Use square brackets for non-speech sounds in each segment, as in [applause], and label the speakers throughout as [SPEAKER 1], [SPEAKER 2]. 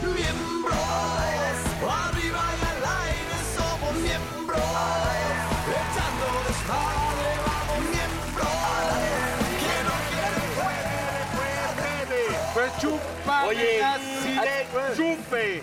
[SPEAKER 1] Miembros, arriba y al aire somos miembros, echando desmadre vamos miembros, que no quiere puede,
[SPEAKER 2] Pues chupa,
[SPEAKER 3] Oye,
[SPEAKER 2] así
[SPEAKER 3] ay,
[SPEAKER 2] le Pues chupe.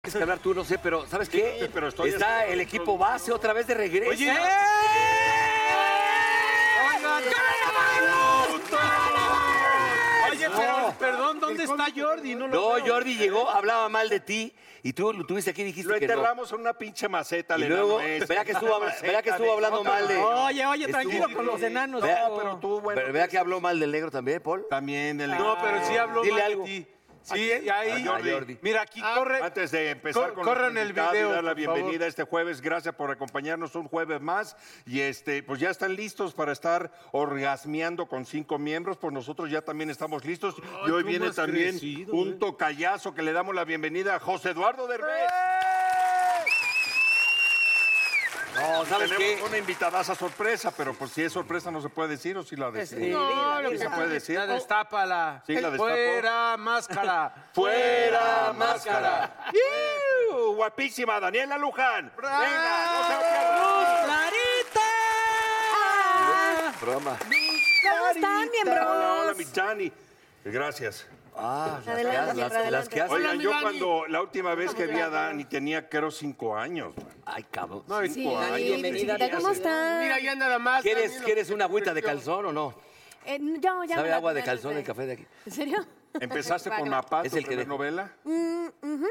[SPEAKER 3] [laughs] tienes que hablar tú, no sé, pero ¿sabes qué?
[SPEAKER 2] sí, pero estoy-
[SPEAKER 3] Está el equipo base otra vez de regreso.
[SPEAKER 2] Oye,
[SPEAKER 3] Oigan,
[SPEAKER 2] oye, pero perdón, ¿dónde está Jordi? No, lo
[SPEAKER 3] No,
[SPEAKER 2] veo.
[SPEAKER 3] Jordi llegó, hablaba mal de ti y tú lo tuviste aquí y dijiste
[SPEAKER 4] Lo
[SPEAKER 3] que no.
[SPEAKER 4] enterramos en una pinche maceta.
[SPEAKER 3] Y
[SPEAKER 4] le
[SPEAKER 3] luego,
[SPEAKER 4] damos esto,
[SPEAKER 3] verá que estuvo,
[SPEAKER 4] una
[SPEAKER 3] habla-
[SPEAKER 4] maceta
[SPEAKER 3] verá que estuvo
[SPEAKER 4] de-
[SPEAKER 3] hablando mal de...
[SPEAKER 5] Oye, oye, tranquilo
[SPEAKER 3] Estuvo-
[SPEAKER 5] con los enanos.
[SPEAKER 3] Vea-
[SPEAKER 5] hijo.
[SPEAKER 4] Pero tú, bueno,
[SPEAKER 3] Pero vea que habló mal del negro también, Paul. Ah.
[SPEAKER 4] también de la...
[SPEAKER 2] No, pero sí habló
[SPEAKER 3] Dile
[SPEAKER 2] mal
[SPEAKER 3] algo.
[SPEAKER 2] de ti. Sí, y ahí.
[SPEAKER 3] A Jordi.
[SPEAKER 2] Mira, aquí corre.
[SPEAKER 4] Antes de empezar
[SPEAKER 2] cor-
[SPEAKER 4] con
[SPEAKER 2] corran
[SPEAKER 4] los
[SPEAKER 2] el
[SPEAKER 4] invitados y
[SPEAKER 2] video,
[SPEAKER 4] dar la
[SPEAKER 2] por favor.
[SPEAKER 4] bienvenida este jueves, gracias por acompañarnos un jueves más y este pues ya están listos para estar orgasmeando con cinco miembros, pues nosotros ya también estamos listos y hoy
[SPEAKER 2] tú
[SPEAKER 4] viene
[SPEAKER 2] más
[SPEAKER 4] también
[SPEAKER 2] crecido,
[SPEAKER 4] un
[SPEAKER 2] eh.
[SPEAKER 4] tocayazo que le damos la bienvenida a José Eduardo Derbez.
[SPEAKER 3] No, ¿sabes
[SPEAKER 4] Tenemos
[SPEAKER 3] qué?
[SPEAKER 4] una invitada sorpresa, pero pues si es sorpresa no se puede decir o si la decimos.
[SPEAKER 2] No, lo
[SPEAKER 4] ¿Sí
[SPEAKER 2] que
[SPEAKER 4] se puede decir?
[SPEAKER 2] La destápala.
[SPEAKER 4] Sí, la destapo.
[SPEAKER 2] Fuera máscara.
[SPEAKER 4] ¡Fuera máscara! ¡Iu! ¡Guapísima Daniela Luján! ¡Venga, no se lo pierdan.
[SPEAKER 5] ¡Clarita!
[SPEAKER 3] Programa.
[SPEAKER 6] ¿Cómo están, miembros?
[SPEAKER 4] Hola, hola, mi Dani. Gracias.
[SPEAKER 3] Ah, las que,
[SPEAKER 6] Adelante,
[SPEAKER 3] las-
[SPEAKER 6] siempre adelante.
[SPEAKER 3] las que hacen.
[SPEAKER 4] Oigan,
[SPEAKER 6] mi
[SPEAKER 4] yo
[SPEAKER 6] Dani.
[SPEAKER 4] cuando la última vez que vi a Dani tenía, creo, cinco años. man.
[SPEAKER 3] Ay, cabrón.
[SPEAKER 4] Cinco
[SPEAKER 6] Sí,
[SPEAKER 4] años.
[SPEAKER 6] Dani,
[SPEAKER 3] bienvenida,
[SPEAKER 6] chiquita, ¿cómo están?
[SPEAKER 2] Mira, ya nada más.
[SPEAKER 3] ¿Quieres,
[SPEAKER 2] Dani, lo-
[SPEAKER 3] ¿Quieres una agüita de calzón o no?
[SPEAKER 6] Eh, no, ya
[SPEAKER 3] ¿Sabe
[SPEAKER 6] me la
[SPEAKER 3] agua de
[SPEAKER 6] tomé,
[SPEAKER 3] calzón
[SPEAKER 6] Pepe.
[SPEAKER 3] el café de aquí?
[SPEAKER 6] ¿En serio?
[SPEAKER 4] ¿Empezaste
[SPEAKER 6] Va,
[SPEAKER 4] con
[SPEAKER 6] que va.
[SPEAKER 4] Mapat,
[SPEAKER 3] Es
[SPEAKER 4] tu
[SPEAKER 3] el que
[SPEAKER 4] primer
[SPEAKER 3] de-
[SPEAKER 4] novela?
[SPEAKER 6] Mm, ujú.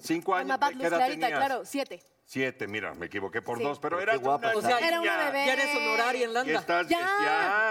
[SPEAKER 4] Cinco
[SPEAKER 6] Con
[SPEAKER 4] años,
[SPEAKER 6] Mapat,
[SPEAKER 4] ¿qué
[SPEAKER 6] Luz
[SPEAKER 4] edad
[SPEAKER 6] Clarita,
[SPEAKER 4] tenías?
[SPEAKER 6] claro, siete.
[SPEAKER 4] Siete, mira, me equivoqué por
[SPEAKER 6] Sí.
[SPEAKER 4] dos, pero
[SPEAKER 3] Qué
[SPEAKER 4] eras
[SPEAKER 3] guapa
[SPEAKER 4] una
[SPEAKER 3] O
[SPEAKER 6] sea,
[SPEAKER 4] niña.
[SPEAKER 6] era una bebé.
[SPEAKER 5] Ya eres honoraria en
[SPEAKER 4] Ya
[SPEAKER 5] Landa.
[SPEAKER 4] estás,
[SPEAKER 6] Ya,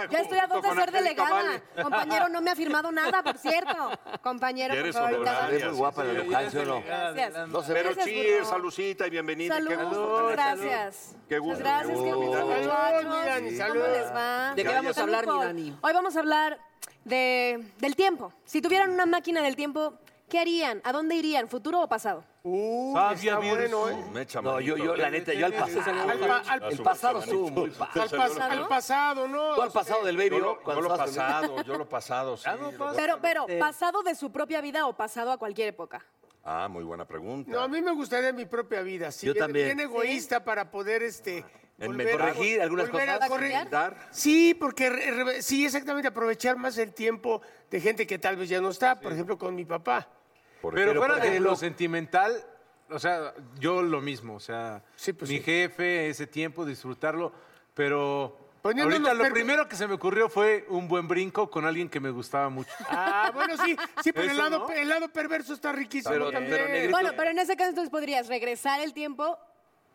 [SPEAKER 6] ya estoy a
[SPEAKER 4] Ah, junto
[SPEAKER 6] dos
[SPEAKER 4] con
[SPEAKER 6] de ser
[SPEAKER 4] Angélica
[SPEAKER 6] delegada.
[SPEAKER 4] Vale.
[SPEAKER 6] [laughs] Compañero, no me ha firmado nada,
[SPEAKER 4] [laughs]
[SPEAKER 6] por cierto. Compañero,
[SPEAKER 4] Ya
[SPEAKER 6] por
[SPEAKER 4] eres
[SPEAKER 6] favor,
[SPEAKER 4] honoraria.
[SPEAKER 6] ahorita-
[SPEAKER 3] Es muy guapa la
[SPEAKER 4] sí,
[SPEAKER 3] Luján, ¿sí o no?
[SPEAKER 6] Gracias.
[SPEAKER 3] No se ve.
[SPEAKER 4] Pero
[SPEAKER 6] Gracias,
[SPEAKER 4] cheers,
[SPEAKER 6] burro.
[SPEAKER 4] saludcita y bienvenida.
[SPEAKER 6] Salud,
[SPEAKER 4] Qué gusto tenerte
[SPEAKER 6] gracias.
[SPEAKER 4] aquí. Qué gusto.
[SPEAKER 6] Muchas gracias, qué gusto,
[SPEAKER 3] Salud,
[SPEAKER 6] muchachos.
[SPEAKER 2] mi Dani,
[SPEAKER 6] ¿Cómo
[SPEAKER 2] salud.
[SPEAKER 6] les va?
[SPEAKER 5] ¿De qué
[SPEAKER 4] vamos a
[SPEAKER 6] Salud,
[SPEAKER 5] hablar, mi
[SPEAKER 6] Paul.
[SPEAKER 5] Dani?
[SPEAKER 6] Hoy vamos a hablar de, del tiempo. Si tuvieran una máquina del tiempo, ¿qué harían? ¿A dónde irían? ¿Futuro o pasado?
[SPEAKER 4] Uh.
[SPEAKER 2] Sabia Virgen.
[SPEAKER 4] Mm, Me echa
[SPEAKER 3] No, yo, yo, la neta, yo al pasado.
[SPEAKER 2] Al pa- al-
[SPEAKER 3] El pasado estuvo muy
[SPEAKER 2] Al,
[SPEAKER 3] padre.
[SPEAKER 2] pas- al pasado, ¿no?
[SPEAKER 3] ¿Tú al pasado del baby?
[SPEAKER 4] Yo
[SPEAKER 3] no?
[SPEAKER 4] lo, yo
[SPEAKER 3] Cuando
[SPEAKER 4] lo
[SPEAKER 3] estabas con-
[SPEAKER 4] pasado, yo lo pasado, sí. lo-
[SPEAKER 6] Pero, pero, ¿pasado de su propia vida o pasado a cualquier época?
[SPEAKER 4] Ah, muy buena pregunta.
[SPEAKER 2] No, a mí me gustaría mi propia vida. Sí,
[SPEAKER 3] Yo
[SPEAKER 2] bien-
[SPEAKER 3] también.
[SPEAKER 2] Bien egoísta para poder este.
[SPEAKER 3] En mejorar. Corregir algunas
[SPEAKER 2] volver a
[SPEAKER 3] cosas.
[SPEAKER 2] corregir.
[SPEAKER 4] Dar.
[SPEAKER 2] Sí, porque re- re- sí, exactamente, aprovechar más el tiempo de gente que tal vez ya no está, por ejemplo, con mi papá.
[SPEAKER 4] [laughs] Por
[SPEAKER 7] Pero
[SPEAKER 4] ejemplo,
[SPEAKER 7] fuera
[SPEAKER 4] por
[SPEAKER 7] de
[SPEAKER 4] ejemplo,
[SPEAKER 7] lo sentimental, o sea, yo lo mismo, o sea,
[SPEAKER 2] Sí, pues
[SPEAKER 7] mi
[SPEAKER 2] sí.
[SPEAKER 7] jefe, ese tiempo, disfrutarlo, pero
[SPEAKER 2] Poniéndonos
[SPEAKER 7] Ahorita lo
[SPEAKER 2] per-
[SPEAKER 7] primero que se me ocurrió fue un buen brinco con alguien que me gustaba
[SPEAKER 2] [laughs]
[SPEAKER 7] mucho.
[SPEAKER 2] Ah, bueno, sí, sí, pero el
[SPEAKER 7] Eso,
[SPEAKER 2] lado,
[SPEAKER 7] ¿no?
[SPEAKER 2] el lado perverso está riquísimo
[SPEAKER 7] Pero-
[SPEAKER 2] también.
[SPEAKER 7] pero Negrito-
[SPEAKER 6] Bueno, pero en ese caso entonces podrías regresar el tiempo,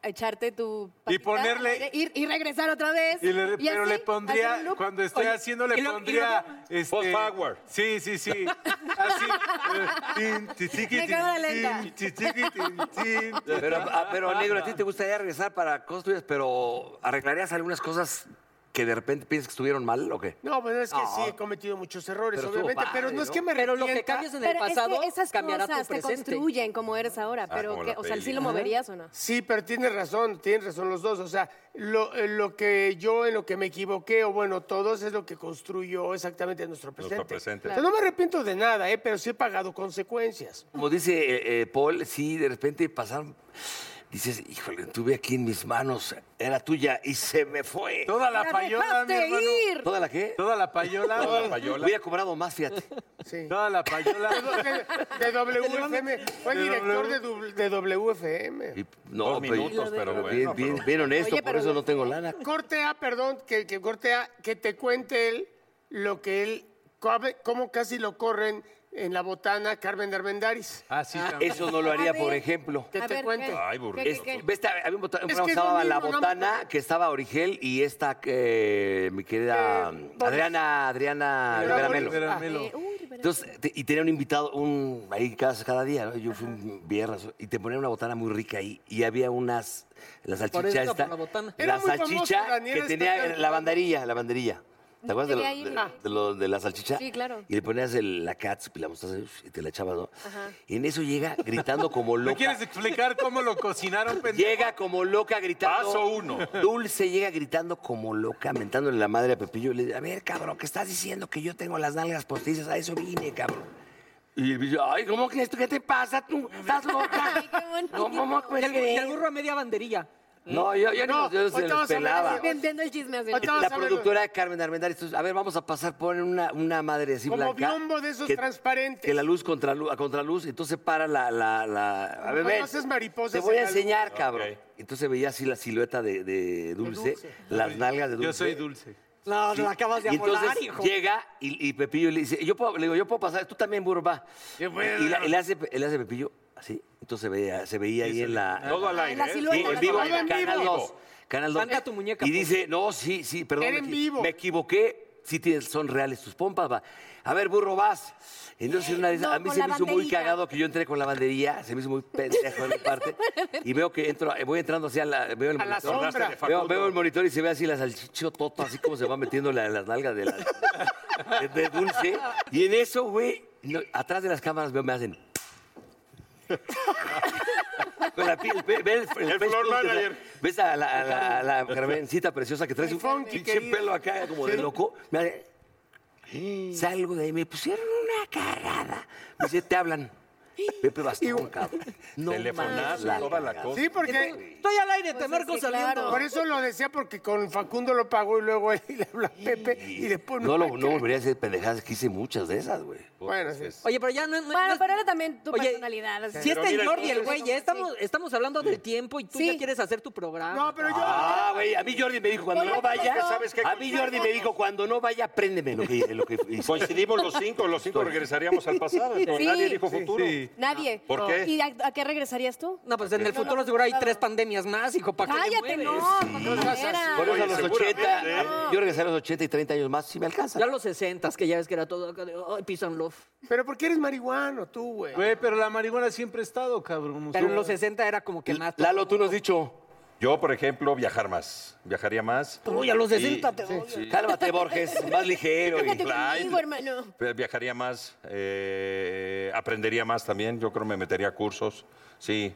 [SPEAKER 6] echarte tu...
[SPEAKER 7] Y
[SPEAKER 6] patita,
[SPEAKER 7] ponerle-
[SPEAKER 6] Ir, y regresar otra vez.
[SPEAKER 7] Y le-
[SPEAKER 6] y
[SPEAKER 7] pero
[SPEAKER 6] así,
[SPEAKER 7] le pondría,
[SPEAKER 6] hacer un loop.
[SPEAKER 7] cuando esté
[SPEAKER 6] Oye,
[SPEAKER 7] haciendo, le
[SPEAKER 6] y lo- y
[SPEAKER 7] pondría.
[SPEAKER 6] luego-
[SPEAKER 7] este,
[SPEAKER 4] Post forward.
[SPEAKER 7] Sí, sí,
[SPEAKER 6] [laughs]
[SPEAKER 7] sí. Así. eh, tin, ti, tiqui,
[SPEAKER 6] De cámara
[SPEAKER 7] tin,
[SPEAKER 6] lenta.
[SPEAKER 7] tin, ti, tiqui, tin, tin.
[SPEAKER 3] Pero, ah, pero, negro, a ti te gustaría regresar para cosas tuyas, pero ¿arreglarías algunas cosas que de repente piensas que estuvieron mal o qué?
[SPEAKER 2] No, bueno, es que
[SPEAKER 3] No.
[SPEAKER 2] sí he cometido muchos errores,
[SPEAKER 3] Ah. Pero estuvo
[SPEAKER 2] obviamente, pero
[SPEAKER 3] padre,
[SPEAKER 2] no es
[SPEAKER 3] ¿no?
[SPEAKER 2] que me
[SPEAKER 5] Pero lo que
[SPEAKER 2] arrepienta.
[SPEAKER 5] cambias en el
[SPEAKER 6] Pero es
[SPEAKER 5] pasado
[SPEAKER 6] que esas
[SPEAKER 5] cambiará tu
[SPEAKER 6] cosas te
[SPEAKER 5] presente.
[SPEAKER 6] construyen como eres ahora, pero
[SPEAKER 4] como
[SPEAKER 6] que,
[SPEAKER 4] la
[SPEAKER 6] o sea, ¿sí
[SPEAKER 4] peli.
[SPEAKER 6] lo moverías o no?
[SPEAKER 2] Sí, pero tienes razón, tienes razón los dos. O sea, lo, eh, lo que yo en lo que me equivoqué, o bueno, todos, es lo que construyó exactamente nuestro presente.
[SPEAKER 4] presente.
[SPEAKER 2] O sea, no me arrepiento de nada, ¿eh? pero sí he pagado consecuencias.
[SPEAKER 3] Como dice eh, eh, Paul, sí, de repente pasaron. Dices, híjole, tuve aquí en mis manos, era tuya y se me fue.
[SPEAKER 7] Toda la payola, mi
[SPEAKER 6] ¡Dejaste
[SPEAKER 7] hermano.
[SPEAKER 6] ir!
[SPEAKER 3] ¿Toda la qué?
[SPEAKER 7] Toda la payola.
[SPEAKER 4] Toda la payola.
[SPEAKER 3] Hubiera cobrado más, fíjate.
[SPEAKER 2] Sí.
[SPEAKER 7] Toda la payola.
[SPEAKER 2] De, [laughs] de WFM, fue
[SPEAKER 7] De
[SPEAKER 2] director
[SPEAKER 7] W.
[SPEAKER 2] de, du- de WFM.
[SPEAKER 3] Y- no,
[SPEAKER 4] Dos
[SPEAKER 3] pero-
[SPEAKER 4] minutos, pero bueno,
[SPEAKER 3] bien, bien,
[SPEAKER 4] pero-
[SPEAKER 3] bien honesto,
[SPEAKER 6] Oye,
[SPEAKER 3] por
[SPEAKER 6] pero-
[SPEAKER 3] eso no tengo lana.
[SPEAKER 2] Corte A, perdón, que, que corte A, que te cuente él lo que él, cabe- cómo casi lo corren en la botana Carmen de Armendaris.
[SPEAKER 7] Así
[SPEAKER 6] Ah.
[SPEAKER 7] también.
[SPEAKER 3] Ah, Eso no lo haría,
[SPEAKER 6] A ver.
[SPEAKER 3] por ejemplo.
[SPEAKER 2] Que
[SPEAKER 6] A
[SPEAKER 2] te
[SPEAKER 6] ver,
[SPEAKER 2] cuente.
[SPEAKER 6] ¿qué?
[SPEAKER 4] Ay,
[SPEAKER 6] ¿Qué,
[SPEAKER 4] burrito.
[SPEAKER 6] qué, qué?
[SPEAKER 3] ¿Ves? Había un botán- un programa
[SPEAKER 2] que
[SPEAKER 3] que
[SPEAKER 2] es lo
[SPEAKER 3] estaba La
[SPEAKER 2] mismo, no me
[SPEAKER 3] Botana,
[SPEAKER 2] acuerdo.
[SPEAKER 3] que estaba Origel y esta, eh, mi querida
[SPEAKER 2] Doris.
[SPEAKER 3] Adriana, Adriana Rivera
[SPEAKER 2] Rivera Boris.
[SPEAKER 3] Melo.
[SPEAKER 7] Rivera
[SPEAKER 2] Ah,
[SPEAKER 7] Melo.
[SPEAKER 6] Eh, uy, pero-
[SPEAKER 3] Entonces, te- y tenía un invitado, un ahí cada, cada día, ¿no? Yo fui un viernes y te ponían una botana muy rica ahí y había unas, la
[SPEAKER 5] Por
[SPEAKER 3] salchicha
[SPEAKER 5] esta,
[SPEAKER 3] esta,
[SPEAKER 5] por la botana.
[SPEAKER 3] la
[SPEAKER 2] Era muy famoso,
[SPEAKER 3] salchicha
[SPEAKER 2] Daniel, este
[SPEAKER 3] que tenía
[SPEAKER 2] especial.
[SPEAKER 3] la banderilla, la banderilla. ¿Te acuerdas de, lo-
[SPEAKER 6] Quería ir.
[SPEAKER 3] de- de lo- de la salchicha?
[SPEAKER 6] Sí, claro.
[SPEAKER 3] Y le ponías el- la catsup y la mostaza y te la echabas, ¿no? Y en eso llega gritando
[SPEAKER 2] [laughs]
[SPEAKER 3] como
[SPEAKER 7] ¿Me
[SPEAKER 3] loca.
[SPEAKER 7] quieres explicar cómo lo cocinaron, pendejo?
[SPEAKER 3] Llega como loca gritando.
[SPEAKER 4] Paso uno.
[SPEAKER 3] Dulce llega gritando como loca, mentándole la madre a Pepillo. Le dice, a ver, cabrón, ¿qué estás diciendo que yo tengo las nalgas postizas? A eso vine, cabrón. Y el Pepillo, ay, ¿cómo que esto? ¿Qué te pasa? ¿Tú estás loca?
[SPEAKER 6] Ay, qué bonito.
[SPEAKER 3] No, ¿cómo
[SPEAKER 5] Y
[SPEAKER 3] que
[SPEAKER 5] el, y el burro a media banderilla. pues
[SPEAKER 3] No, yo, yo no,
[SPEAKER 2] No,
[SPEAKER 3] yo se
[SPEAKER 2] ahorita
[SPEAKER 3] los
[SPEAKER 2] vamos a hablar
[SPEAKER 3] pelaba.
[SPEAKER 2] de-
[SPEAKER 6] Me entiendo el chisme. así.
[SPEAKER 3] Este,
[SPEAKER 2] Ahorita vamos
[SPEAKER 3] La
[SPEAKER 2] a hablar-
[SPEAKER 3] productora Carmen Armendariz, entonces, a ver, vamos a pasar, ponen una, una madre así
[SPEAKER 2] Como
[SPEAKER 3] blanca.
[SPEAKER 2] biombo de esos
[SPEAKER 3] que-
[SPEAKER 2] transparentes.
[SPEAKER 3] Que la luz contra luz, a contraluz, entonces para la... la, la a ver,
[SPEAKER 2] Cuando
[SPEAKER 3] ven,
[SPEAKER 2] haces mariposas
[SPEAKER 3] Te voy a
[SPEAKER 2] en la luz.
[SPEAKER 3] enseñar, cabrón.
[SPEAKER 4] Ok.
[SPEAKER 3] Entonces veía así la silueta de, de dulce, las nalgas de dulce.
[SPEAKER 7] Yo soy dulce.
[SPEAKER 5] No,
[SPEAKER 3] Sí.
[SPEAKER 5] la acabas de
[SPEAKER 3] y entonces
[SPEAKER 5] amolar, hijo.
[SPEAKER 3] llega y, y Pepillo le dice, yo puedo, le digo, yo puedo pasar, tú también, burro, va. Y, la- y le hace, y le hace Pepillo así, entonces se veía, se veía ahí en la...
[SPEAKER 4] Todo al aire.
[SPEAKER 6] La
[SPEAKER 4] ¿eh?
[SPEAKER 6] silueta,
[SPEAKER 3] Sí,
[SPEAKER 6] Todo
[SPEAKER 3] en vivo,
[SPEAKER 6] en
[SPEAKER 3] en Canal 2. Canal 2.
[SPEAKER 5] Canta tu muñeca,
[SPEAKER 3] Y
[SPEAKER 5] por
[SPEAKER 3] dice, no, sí, sí, perdón.
[SPEAKER 2] Era
[SPEAKER 3] me
[SPEAKER 2] en
[SPEAKER 3] equi-
[SPEAKER 2] vivo.
[SPEAKER 3] Me equivoqué. Sí tienes, son reales tus pompas, va. A ver, burro, vas. Entonces, una vez,
[SPEAKER 6] No,
[SPEAKER 3] a mí
[SPEAKER 6] con
[SPEAKER 3] se
[SPEAKER 6] la
[SPEAKER 3] me hizo muy
[SPEAKER 6] banderilla.
[SPEAKER 3] cagado que yo entré con la banderilla, se me hizo muy pendejo de mi parte. Y veo que entro, eh, voy entrando hacia la, veo el
[SPEAKER 2] A la
[SPEAKER 3] monitor.
[SPEAKER 2] sombra.
[SPEAKER 3] Veo, veo el monitor y se ve así la salchichotota, así como se va metiendo la, las nalgas de, la, de, de dulce. Y en eso, güey, no, atrás de las cámaras veo, me hacen. Con la piel, ve, ve el,
[SPEAKER 4] El
[SPEAKER 3] Facebook,
[SPEAKER 4] floor
[SPEAKER 3] o sea,
[SPEAKER 4] manager.
[SPEAKER 3] ¿Ves a la, a la- a
[SPEAKER 4] [laughs]
[SPEAKER 3] la Carmencita preciosa que trae
[SPEAKER 2] El
[SPEAKER 3] un
[SPEAKER 2] funky,
[SPEAKER 3] pinche
[SPEAKER 2] querido.
[SPEAKER 3] pelo acá como de loco? Me hace- Salgo de ahí, me pusieron una cagada. Me dice, te hablan. Pepe Bastón, cabrón. No mames,
[SPEAKER 4] Telefonazo,
[SPEAKER 3] la
[SPEAKER 4] toda la
[SPEAKER 3] cagada.
[SPEAKER 4] cosa.
[SPEAKER 2] Sí, porque...
[SPEAKER 5] Estoy al aire, te
[SPEAKER 6] Pues
[SPEAKER 5] marco
[SPEAKER 6] así,
[SPEAKER 5] saliendo.
[SPEAKER 6] claro.
[SPEAKER 2] Por eso lo decía, porque con Facundo lo pagó y luego él [laughs] le habla a Pepe y después...
[SPEAKER 3] No, lo,
[SPEAKER 2] me
[SPEAKER 3] no
[SPEAKER 2] cree.
[SPEAKER 3] volvería a hacer pendejadas, que hice muchas de esas, güey.
[SPEAKER 2] Bueno, sí.
[SPEAKER 5] Oye, pero ya no, no-
[SPEAKER 6] Bueno,
[SPEAKER 5] no-
[SPEAKER 6] pero era también tu
[SPEAKER 5] Oye,
[SPEAKER 6] personalidad. así.
[SPEAKER 5] Si está
[SPEAKER 4] mira,
[SPEAKER 5] el Jordi, el güey, ya
[SPEAKER 6] Sí.
[SPEAKER 5] estamos, estamos hablando del tiempo y tú
[SPEAKER 6] Sí.
[SPEAKER 5] ya quieres hacer tu programa. Pues
[SPEAKER 2] No, pero yo...
[SPEAKER 3] Ah, güey, a mí Jordi me dijo, cuando
[SPEAKER 6] Oye,
[SPEAKER 3] no vaya,
[SPEAKER 6] pero-
[SPEAKER 3] ¿sabes qué? A mí Jordi me dijo, cuando no vaya, préndeme lo que, lo que hice.
[SPEAKER 4] Coincidimos los cinco, los cinco regresaríamos al pasado, pero
[SPEAKER 6] Sí.
[SPEAKER 4] nadie dijo futuro.
[SPEAKER 6] Nadie.
[SPEAKER 4] ¿Por qué?
[SPEAKER 6] ¿Y a, a qué regresarías tú?
[SPEAKER 5] No, pues en el futuro seguro hay tres pandemias más, hijo, ¿para qué le
[SPEAKER 6] Cállate,
[SPEAKER 5] mueves?
[SPEAKER 6] no. cuando quieras.
[SPEAKER 3] Por eso a los
[SPEAKER 4] seguramente,
[SPEAKER 3] 80,
[SPEAKER 4] ¿eh?
[SPEAKER 3] yo regresé a los 80 y 30 años más, si me alcanza.
[SPEAKER 5] Ya los 60 que ya ves que era todo acá de, ay, peace and love.
[SPEAKER 2] Pero ¿por qué eres marihuano tú, güey?
[SPEAKER 7] Güey, pero la marihuana siempre ha estado, cabrón.
[SPEAKER 5] Pero en los 60 era como que más.
[SPEAKER 3] Lalo, tú nos has dicho.
[SPEAKER 4] Yo, por ejemplo, viajar más. Viajaría más.
[SPEAKER 5] Uy, a los 60
[SPEAKER 4] Y-
[SPEAKER 5] te odio.
[SPEAKER 3] Cálmate, Borges, más ligero.
[SPEAKER 6] Cállate
[SPEAKER 3] y-
[SPEAKER 6] conmigo, hermano.
[SPEAKER 4] Pues, Viajaría más, eh, aprendería más también, yo creo me metería a cursos, sí,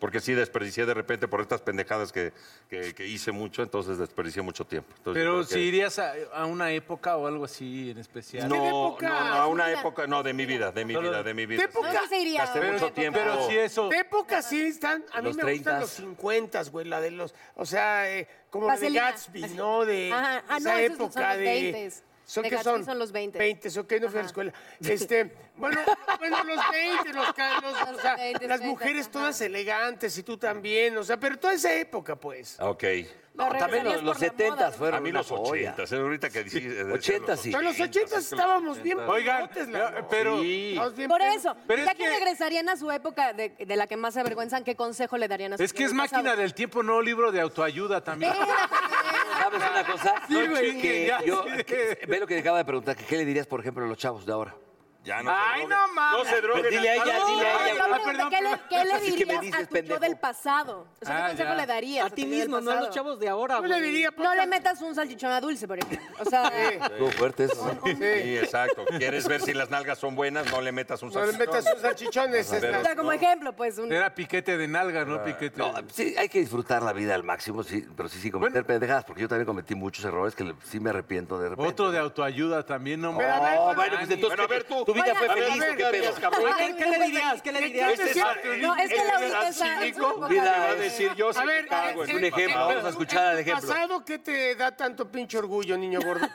[SPEAKER 4] porque sí desperdicié de repente por estas pendejadas que, que- que hice mucho, entonces desperdicié mucho tiempo. Entonces,
[SPEAKER 7] Pero
[SPEAKER 4] yo creo
[SPEAKER 7] si irías a, a una época o algo así en
[SPEAKER 4] que-
[SPEAKER 7] especial.
[SPEAKER 4] No,
[SPEAKER 2] ¿Qué
[SPEAKER 4] no,
[SPEAKER 2] época?
[SPEAKER 4] no, a una
[SPEAKER 6] Mira.
[SPEAKER 4] época, no, de mi vida, de mi vida, de mi vida.
[SPEAKER 2] ¿Qué época?
[SPEAKER 6] No, sí se iría.
[SPEAKER 4] Gasté
[SPEAKER 6] Una
[SPEAKER 4] mucho
[SPEAKER 6] época.
[SPEAKER 4] tiempo.
[SPEAKER 7] Pero si eso.
[SPEAKER 2] De época sí están, a mí
[SPEAKER 3] Los
[SPEAKER 2] me
[SPEAKER 3] 30s.
[SPEAKER 2] gustan los 50, güey, la de los, o sea, eh, como la de
[SPEAKER 6] Vaselina.
[SPEAKER 2] Gatsby, ¿no? De
[SPEAKER 7] eh,
[SPEAKER 6] Ajá. Ah, no,
[SPEAKER 2] esa
[SPEAKER 6] esos son
[SPEAKER 2] época
[SPEAKER 6] los
[SPEAKER 2] de
[SPEAKER 6] 20s.
[SPEAKER 2] ¿Son
[SPEAKER 6] De
[SPEAKER 2] qué
[SPEAKER 6] Gatsby
[SPEAKER 2] son?
[SPEAKER 6] son los 20.
[SPEAKER 2] 20, son que no fui a la escuela.
[SPEAKER 6] [laughs]
[SPEAKER 2] Este, bueno, bueno, los 20, los, ca- los- o sea,
[SPEAKER 6] 20,
[SPEAKER 2] las
[SPEAKER 6] 20,
[SPEAKER 2] mujeres
[SPEAKER 6] ajá.
[SPEAKER 2] todas elegantes y tú también, o sea, pero toda esa época, pues.
[SPEAKER 4] Ok.
[SPEAKER 3] No, también los, los 70 fueron.
[SPEAKER 4] A mí
[SPEAKER 3] una
[SPEAKER 4] los
[SPEAKER 3] joya.
[SPEAKER 4] 80, ¿eh? ahorita que dices. decía los
[SPEAKER 3] 80 sí.
[SPEAKER 2] O sea, en los 80 estábamos bien.
[SPEAKER 7] Oigan,
[SPEAKER 2] pelotes, Lalo.
[SPEAKER 7] pero-
[SPEAKER 2] Estábamos bien
[SPEAKER 6] Por
[SPEAKER 2] pelos.
[SPEAKER 6] eso,
[SPEAKER 7] Pero es
[SPEAKER 6] ya que,
[SPEAKER 7] que-
[SPEAKER 6] regresarían a su época de, de la que más se avergüenzan, ¿qué consejo le darían a su
[SPEAKER 7] Es que es
[SPEAKER 6] yo
[SPEAKER 7] máquina del tiempo, no libro de autoayuda también.
[SPEAKER 3] ¿Sabes una cosa?
[SPEAKER 7] Sí, güey.
[SPEAKER 3] Que
[SPEAKER 7] Ya,
[SPEAKER 4] [laughs]
[SPEAKER 3] yo,
[SPEAKER 7] sí.
[SPEAKER 3] que- ve lo que acaba de preguntar, que ¿qué le dirías, por ejemplo, a los chavos de ahora? Ah,
[SPEAKER 4] Ya no
[SPEAKER 8] Ah.
[SPEAKER 7] Ay,
[SPEAKER 4] se
[SPEAKER 7] no
[SPEAKER 4] droguen.
[SPEAKER 7] mames.
[SPEAKER 4] No se droguen.
[SPEAKER 3] Pues dile a ella,
[SPEAKER 4] No,
[SPEAKER 3] dile a ella.
[SPEAKER 7] Ah,
[SPEAKER 6] Pablo,
[SPEAKER 7] perdón,
[SPEAKER 6] ¿qué, le,
[SPEAKER 7] perdón.
[SPEAKER 6] qué le
[SPEAKER 3] Es que me
[SPEAKER 6] dirías
[SPEAKER 3] dices,
[SPEAKER 6] a tu yo
[SPEAKER 3] pendejo.
[SPEAKER 6] del pasado? O sea,
[SPEAKER 7] Ah,
[SPEAKER 6] ¿qué consejo
[SPEAKER 7] ya.
[SPEAKER 6] le darías?
[SPEAKER 5] A
[SPEAKER 6] tu
[SPEAKER 5] ti
[SPEAKER 6] yo
[SPEAKER 5] mismo,
[SPEAKER 6] del
[SPEAKER 5] no a los
[SPEAKER 6] pasado?
[SPEAKER 5] chavos de ahora.
[SPEAKER 2] Yo le
[SPEAKER 5] güey.
[SPEAKER 2] diría,
[SPEAKER 6] No le pues,
[SPEAKER 2] ponte-
[SPEAKER 6] metas un salchichón a dulce, por ejemplo. O
[SPEAKER 7] [laughs]
[SPEAKER 6] sea,
[SPEAKER 3] Estuvo fuerte eso. ¿no?
[SPEAKER 4] Sí, exacto. ¿Quieres ver si las nalgas son buenas? No le metas un
[SPEAKER 2] No le
[SPEAKER 4] salchichón.
[SPEAKER 2] metas sus salchichones.
[SPEAKER 4] Pero-
[SPEAKER 6] o
[SPEAKER 2] esta.
[SPEAKER 6] sea, como ejemplo, pues. Un...
[SPEAKER 7] Era piquete de nalga, no piquete.
[SPEAKER 3] No, sí, hay que disfrutar la vida al máximo, sí, pero sí, sin cometer pendejadas, porque yo también cometí muchos errores que le- sí me arrepiento de repente.
[SPEAKER 7] Otro de autoayuda también, no
[SPEAKER 2] Pero a ver,
[SPEAKER 3] No,
[SPEAKER 2] pero-
[SPEAKER 3] bueno, pues entonces,
[SPEAKER 4] Bueno, a ver tú.
[SPEAKER 3] tu vida
[SPEAKER 6] Oigan,
[SPEAKER 3] fue
[SPEAKER 6] a ver,
[SPEAKER 3] feliz,
[SPEAKER 2] a ver,
[SPEAKER 3] ¿qué pedo?
[SPEAKER 5] ¿Qué, qué le dirías? ¿Qué le dirías?
[SPEAKER 2] Este es-
[SPEAKER 9] ah,
[SPEAKER 6] No, es
[SPEAKER 9] eh,
[SPEAKER 6] que la ahorita es la- es una época
[SPEAKER 3] Vida
[SPEAKER 6] de-
[SPEAKER 4] Va a decir yo sí
[SPEAKER 2] A ver,
[SPEAKER 4] me cago
[SPEAKER 2] eh,
[SPEAKER 4] en
[SPEAKER 3] un
[SPEAKER 2] eh,
[SPEAKER 3] ejemplo,
[SPEAKER 2] eh,
[SPEAKER 3] vamos a escuchar al
[SPEAKER 2] ¿en tu
[SPEAKER 3] ejemplo.
[SPEAKER 2] pasado qué te da tanto pinche orgullo, niño gordo?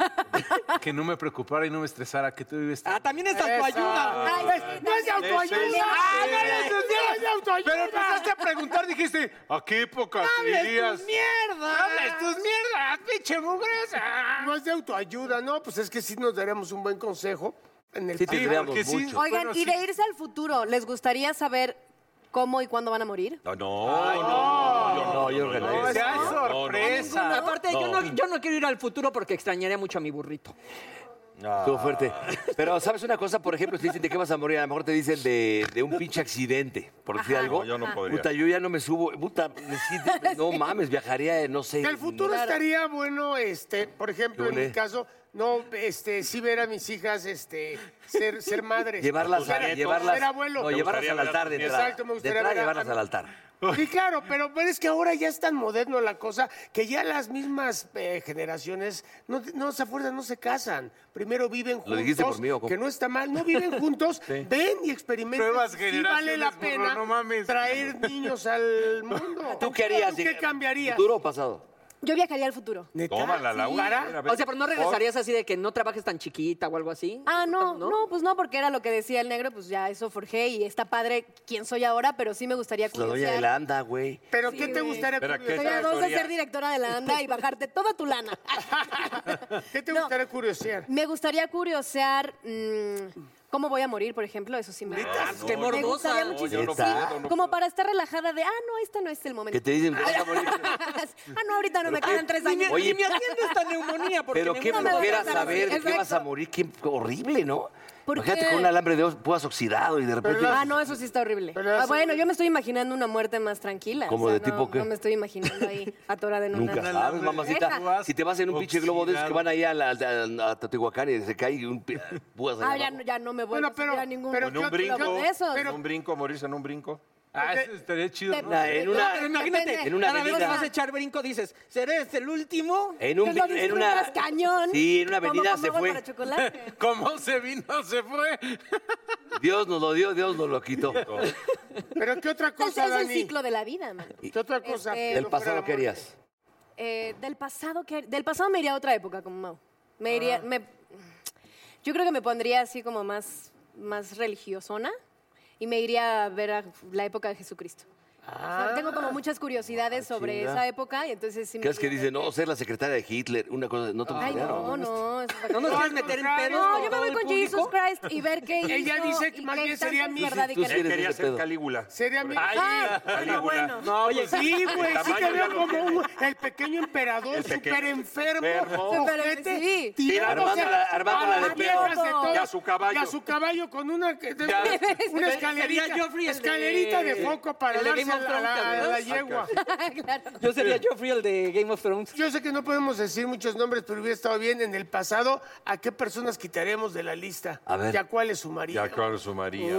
[SPEAKER 7] Que no me preocupara y no me estresara, que tú vives...
[SPEAKER 5] Ah, también es
[SPEAKER 2] Esa.
[SPEAKER 5] autoayuda.
[SPEAKER 6] Ay, sí,
[SPEAKER 2] ¡No es de
[SPEAKER 6] también.
[SPEAKER 2] autoayuda!
[SPEAKER 7] ¡Ah,
[SPEAKER 2] ¡No le entendieron de autoayuda!
[SPEAKER 7] Pero empezaste a preguntar, dijiste, ¿a qué época
[SPEAKER 2] ¡Hables
[SPEAKER 7] vivías?
[SPEAKER 2] tus mierdas!
[SPEAKER 7] ¡Hables tus mierdas, pinche mugrosa!
[SPEAKER 2] No es de autoayuda, no, pues es que sí nos daremos un buen consejo en el
[SPEAKER 3] Sí,
[SPEAKER 2] pasado.
[SPEAKER 3] tendríamos
[SPEAKER 7] porque sí.
[SPEAKER 3] mucho.
[SPEAKER 6] Oigan,
[SPEAKER 7] Bueno,
[SPEAKER 6] y
[SPEAKER 7] sí.
[SPEAKER 6] de irse al futuro, ¿les gustaría saber cómo y cuándo van a morir?
[SPEAKER 4] No, no, no, yo no,
[SPEAKER 3] No, yo
[SPEAKER 4] yo no,
[SPEAKER 3] organizo.
[SPEAKER 7] No, esa es
[SPEAKER 4] no, no,
[SPEAKER 7] sorpresa.
[SPEAKER 5] Aparte, yo no, yo no quiero ir al futuro porque extrañaría mucho a mi burrito.
[SPEAKER 3] Estuvo fuerte. Pero, ¿sabes una cosa? Por ejemplo, si dicen de qué vas a morir, a lo mejor te dicen de, de un pinche accidente, por decir algo.
[SPEAKER 4] No, yo no podría.
[SPEAKER 3] Puta, yo ya no me subo. Puta, necesito- no mames, viajaría, eh, no sé.
[SPEAKER 2] Del futuro estaría bueno, este, por ejemplo, en
[SPEAKER 3] Yule.
[SPEAKER 2] mi caso, no, este, sí ver a mis hijas, este, ser, ser madres.
[SPEAKER 3] Llevarlas, a,
[SPEAKER 2] Ser-
[SPEAKER 3] llevarlas,
[SPEAKER 2] ser abuelo.
[SPEAKER 3] no,
[SPEAKER 4] Me
[SPEAKER 3] llevarlas
[SPEAKER 4] gustaría
[SPEAKER 3] al
[SPEAKER 4] ver a
[SPEAKER 3] altar
[SPEAKER 4] tus
[SPEAKER 3] de
[SPEAKER 4] nietos.
[SPEAKER 3] entrada.
[SPEAKER 2] Exacto, me
[SPEAKER 3] de
[SPEAKER 2] gustaría
[SPEAKER 3] entrada,
[SPEAKER 2] ver a-
[SPEAKER 3] llevarlas
[SPEAKER 2] a-
[SPEAKER 3] al altar.
[SPEAKER 2] Sí, claro, pero, pero es que ahora ya es tan moderno la cosa que ya las mismas eh, generaciones no, no se acuerdan, no se casan. Primero viven juntos,
[SPEAKER 3] Lo dijiste por mí, ¿o cómo?
[SPEAKER 2] que no está mal, no
[SPEAKER 3] [laughs]
[SPEAKER 2] viven juntos, ven y experimentan.
[SPEAKER 7] Nuevas
[SPEAKER 2] si vale
[SPEAKER 7] generaciones,
[SPEAKER 2] la
[SPEAKER 7] burro,
[SPEAKER 2] pena
[SPEAKER 7] no mames.
[SPEAKER 2] traer niños al mundo.
[SPEAKER 3] ¿Tú qué harías?
[SPEAKER 2] ¿Tú qué cambiarías?
[SPEAKER 3] ¿Futuro o pasado?
[SPEAKER 6] Yo viajaría al futuro.
[SPEAKER 2] ¿Neta?
[SPEAKER 4] Tómala, la
[SPEAKER 2] ¿Sí?
[SPEAKER 4] última.
[SPEAKER 2] ¿Para?
[SPEAKER 5] O sea, pero no
[SPEAKER 3] Oh.
[SPEAKER 5] regresarías así de que no trabajes tan chiquita o algo así.
[SPEAKER 6] Ah, no, no, pues no, porque era lo que decía el negro, pues ya eso forjé y está padre quién soy ahora, pero sí me gustaría
[SPEAKER 3] Pues La doña de
[SPEAKER 6] curiosear.
[SPEAKER 3] la anda, güey.
[SPEAKER 2] ¿Pero qué te
[SPEAKER 6] güey.
[SPEAKER 2] gustaría
[SPEAKER 4] Espera, ¿qué
[SPEAKER 6] Estoy
[SPEAKER 2] curiosear?
[SPEAKER 6] a dos de
[SPEAKER 4] Historia.
[SPEAKER 6] ser directora de la ANDA y bajarte toda
[SPEAKER 3] [laughs]
[SPEAKER 6] tu lana.
[SPEAKER 2] ¿Qué te
[SPEAKER 6] No.
[SPEAKER 2] gustaría curiosear?
[SPEAKER 6] Me gustaría curiosear mm, cómo voy a morir, por ejemplo, eso sí me
[SPEAKER 5] qué
[SPEAKER 6] Me
[SPEAKER 5] morbosa.
[SPEAKER 6] gustaría
[SPEAKER 5] No,
[SPEAKER 6] muchísimo.
[SPEAKER 3] yo no puedo,
[SPEAKER 4] no
[SPEAKER 6] como para estar relajada de, ah, no, este no es el momento.
[SPEAKER 3] Que te dicen, vas a morir.
[SPEAKER 6] [laughs] ah, no, ahorita no me quedan tres
[SPEAKER 5] Ni me,
[SPEAKER 6] años.
[SPEAKER 5] ni
[SPEAKER 3] Oye,
[SPEAKER 6] [laughs]
[SPEAKER 5] me atiendo esta neumonía porque
[SPEAKER 3] Pero qué
[SPEAKER 6] no
[SPEAKER 5] ninguna-
[SPEAKER 6] me
[SPEAKER 3] flojera
[SPEAKER 6] vas a
[SPEAKER 3] saber de
[SPEAKER 6] morir.
[SPEAKER 3] qué vas a
[SPEAKER 6] Exacto.
[SPEAKER 3] morir. Qué horrible, ¿no?
[SPEAKER 6] ¿Por
[SPEAKER 3] Imagínate
[SPEAKER 6] qué?
[SPEAKER 3] con un alambre de puedas oxidado y de repente...
[SPEAKER 6] Ah, no, eso sí está horrible.
[SPEAKER 2] Pero
[SPEAKER 6] Ah,
[SPEAKER 2] las-
[SPEAKER 6] bueno, yo me estoy imaginando una muerte más tranquila.
[SPEAKER 3] ¿Cómo de
[SPEAKER 6] no,
[SPEAKER 3] tipo qué?
[SPEAKER 6] No me estoy
[SPEAKER 3] [laughs]
[SPEAKER 6] imaginando ahí atorada en Ah, una...
[SPEAKER 3] [laughs] Nunca sabes,
[SPEAKER 6] [laughs]
[SPEAKER 3] mamacita.
[SPEAKER 7] Deja.
[SPEAKER 3] Si te vas en un pinche globo de esos que
[SPEAKER 7] Oxidado.
[SPEAKER 3] van ahí a, la, a- a Teotihuacán y se cae y un... pi- púas
[SPEAKER 6] Ah,
[SPEAKER 3] ahí
[SPEAKER 6] ya,
[SPEAKER 3] abajo.
[SPEAKER 6] no- ya no me voy
[SPEAKER 2] Bueno,
[SPEAKER 6] a subir
[SPEAKER 2] pero-
[SPEAKER 6] a ningún...
[SPEAKER 2] pero
[SPEAKER 4] En un brinco,
[SPEAKER 6] de esos.
[SPEAKER 4] en un brinco, morirse en un brinco.
[SPEAKER 7] Ah, eso estaría chido, ¿no?
[SPEAKER 3] Una- en
[SPEAKER 5] No, pero
[SPEAKER 3] una...
[SPEAKER 5] imagínate,
[SPEAKER 3] En una
[SPEAKER 5] cada vez que
[SPEAKER 3] avenida.
[SPEAKER 5] vas a echar brinco dices, ¿seré este el último?
[SPEAKER 3] En un...
[SPEAKER 6] que lo
[SPEAKER 3] vi- En una...
[SPEAKER 6] disfrutas cañón.
[SPEAKER 3] Sí, en una
[SPEAKER 6] Como
[SPEAKER 3] avenida
[SPEAKER 6] cuando
[SPEAKER 3] se
[SPEAKER 6] vas
[SPEAKER 3] fue.
[SPEAKER 6] para chocolate.
[SPEAKER 7] ¿Cómo se vino? Se fue.
[SPEAKER 3] [laughs] Dios nos lo dio, Dios nos lo quitó.
[SPEAKER 2] ¿Pero qué otra
[SPEAKER 6] Es,
[SPEAKER 2] cosa,
[SPEAKER 6] es el
[SPEAKER 2] Dani?
[SPEAKER 6] ciclo de la vida, man.
[SPEAKER 2] ¿Qué otra cosa?
[SPEAKER 6] Este,
[SPEAKER 2] que
[SPEAKER 3] ¿El
[SPEAKER 2] no fuera
[SPEAKER 3] pasado
[SPEAKER 2] la
[SPEAKER 3] qué harías?
[SPEAKER 6] Eh, del pasado que del pasado me iría a otra época como Mau. Me
[SPEAKER 2] Ah.
[SPEAKER 6] iría me- yo creo que me pondría así como más más religiosona y me iría a ver a la época de Jesucristo. O sea, tengo como muchas curiosidades sobre
[SPEAKER 3] chinga.
[SPEAKER 6] esa época y entonces sí me
[SPEAKER 3] ¿Qué es Ah. que
[SPEAKER 6] iría a
[SPEAKER 3] dice?
[SPEAKER 6] ver.
[SPEAKER 3] No, ser la secretaria de Hitler, una cosa... No te
[SPEAKER 6] Ay,
[SPEAKER 3] gustaría,
[SPEAKER 6] no,
[SPEAKER 3] ¿no?
[SPEAKER 6] no, eso está
[SPEAKER 5] No nos
[SPEAKER 6] cañón.
[SPEAKER 5] quieres meter en pedos.
[SPEAKER 6] No,
[SPEAKER 5] con
[SPEAKER 6] yo me
[SPEAKER 5] todo
[SPEAKER 6] voy
[SPEAKER 5] el
[SPEAKER 6] con
[SPEAKER 5] público?
[SPEAKER 6] Jesus Christ y
[SPEAKER 5] [laughs]
[SPEAKER 6] ver qué
[SPEAKER 2] Ella
[SPEAKER 6] hizo
[SPEAKER 2] dice que
[SPEAKER 6] y
[SPEAKER 2] más
[SPEAKER 6] qué
[SPEAKER 2] bien
[SPEAKER 6] tanto
[SPEAKER 2] sería
[SPEAKER 6] es
[SPEAKER 2] mi-
[SPEAKER 6] verdad y
[SPEAKER 3] Tú
[SPEAKER 6] qué
[SPEAKER 3] sí
[SPEAKER 6] no.
[SPEAKER 3] eres
[SPEAKER 4] Quería
[SPEAKER 3] ese
[SPEAKER 4] ser
[SPEAKER 3] pedo.
[SPEAKER 4] Calígula.
[SPEAKER 2] Sería mi...
[SPEAKER 6] Ah,
[SPEAKER 4] Calígula.
[SPEAKER 7] No,
[SPEAKER 2] Pues sí, güey, sí
[SPEAKER 4] tamaño
[SPEAKER 2] te
[SPEAKER 4] ya
[SPEAKER 2] veo
[SPEAKER 4] lo
[SPEAKER 2] como
[SPEAKER 4] tiene.
[SPEAKER 2] un- el pequeño emperador,
[SPEAKER 4] El pequeño
[SPEAKER 2] súper enfermo,
[SPEAKER 4] enfermo.
[SPEAKER 6] Súper-
[SPEAKER 2] ojete,
[SPEAKER 6] sí.
[SPEAKER 2] tirándose
[SPEAKER 3] Armándola-
[SPEAKER 2] a-
[SPEAKER 3] armándola
[SPEAKER 2] a
[SPEAKER 3] de
[SPEAKER 2] las
[SPEAKER 3] pedo.
[SPEAKER 2] viejas de todo.
[SPEAKER 4] Y a su caballo.
[SPEAKER 2] Y a su caballo con una, una
[SPEAKER 5] Sería
[SPEAKER 2] escalerita,
[SPEAKER 5] Joffrey el de-
[SPEAKER 2] escalerita de foco para
[SPEAKER 5] el de Game
[SPEAKER 2] darse a
[SPEAKER 5] of
[SPEAKER 2] la, a la-
[SPEAKER 5] Thrones,
[SPEAKER 2] a la
[SPEAKER 5] ¿verdad?
[SPEAKER 2] yegua.
[SPEAKER 6] [laughs] claro.
[SPEAKER 5] Yo sería Joffrey el de Game of Thrones.
[SPEAKER 2] Yo sé que no podemos decir muchos nombres, pero hubiera estado bien en el pasado a qué personas quitaríamos de la lista
[SPEAKER 3] A ver.
[SPEAKER 2] y a cuáles sumaríamos.
[SPEAKER 4] Ya, claro, su María.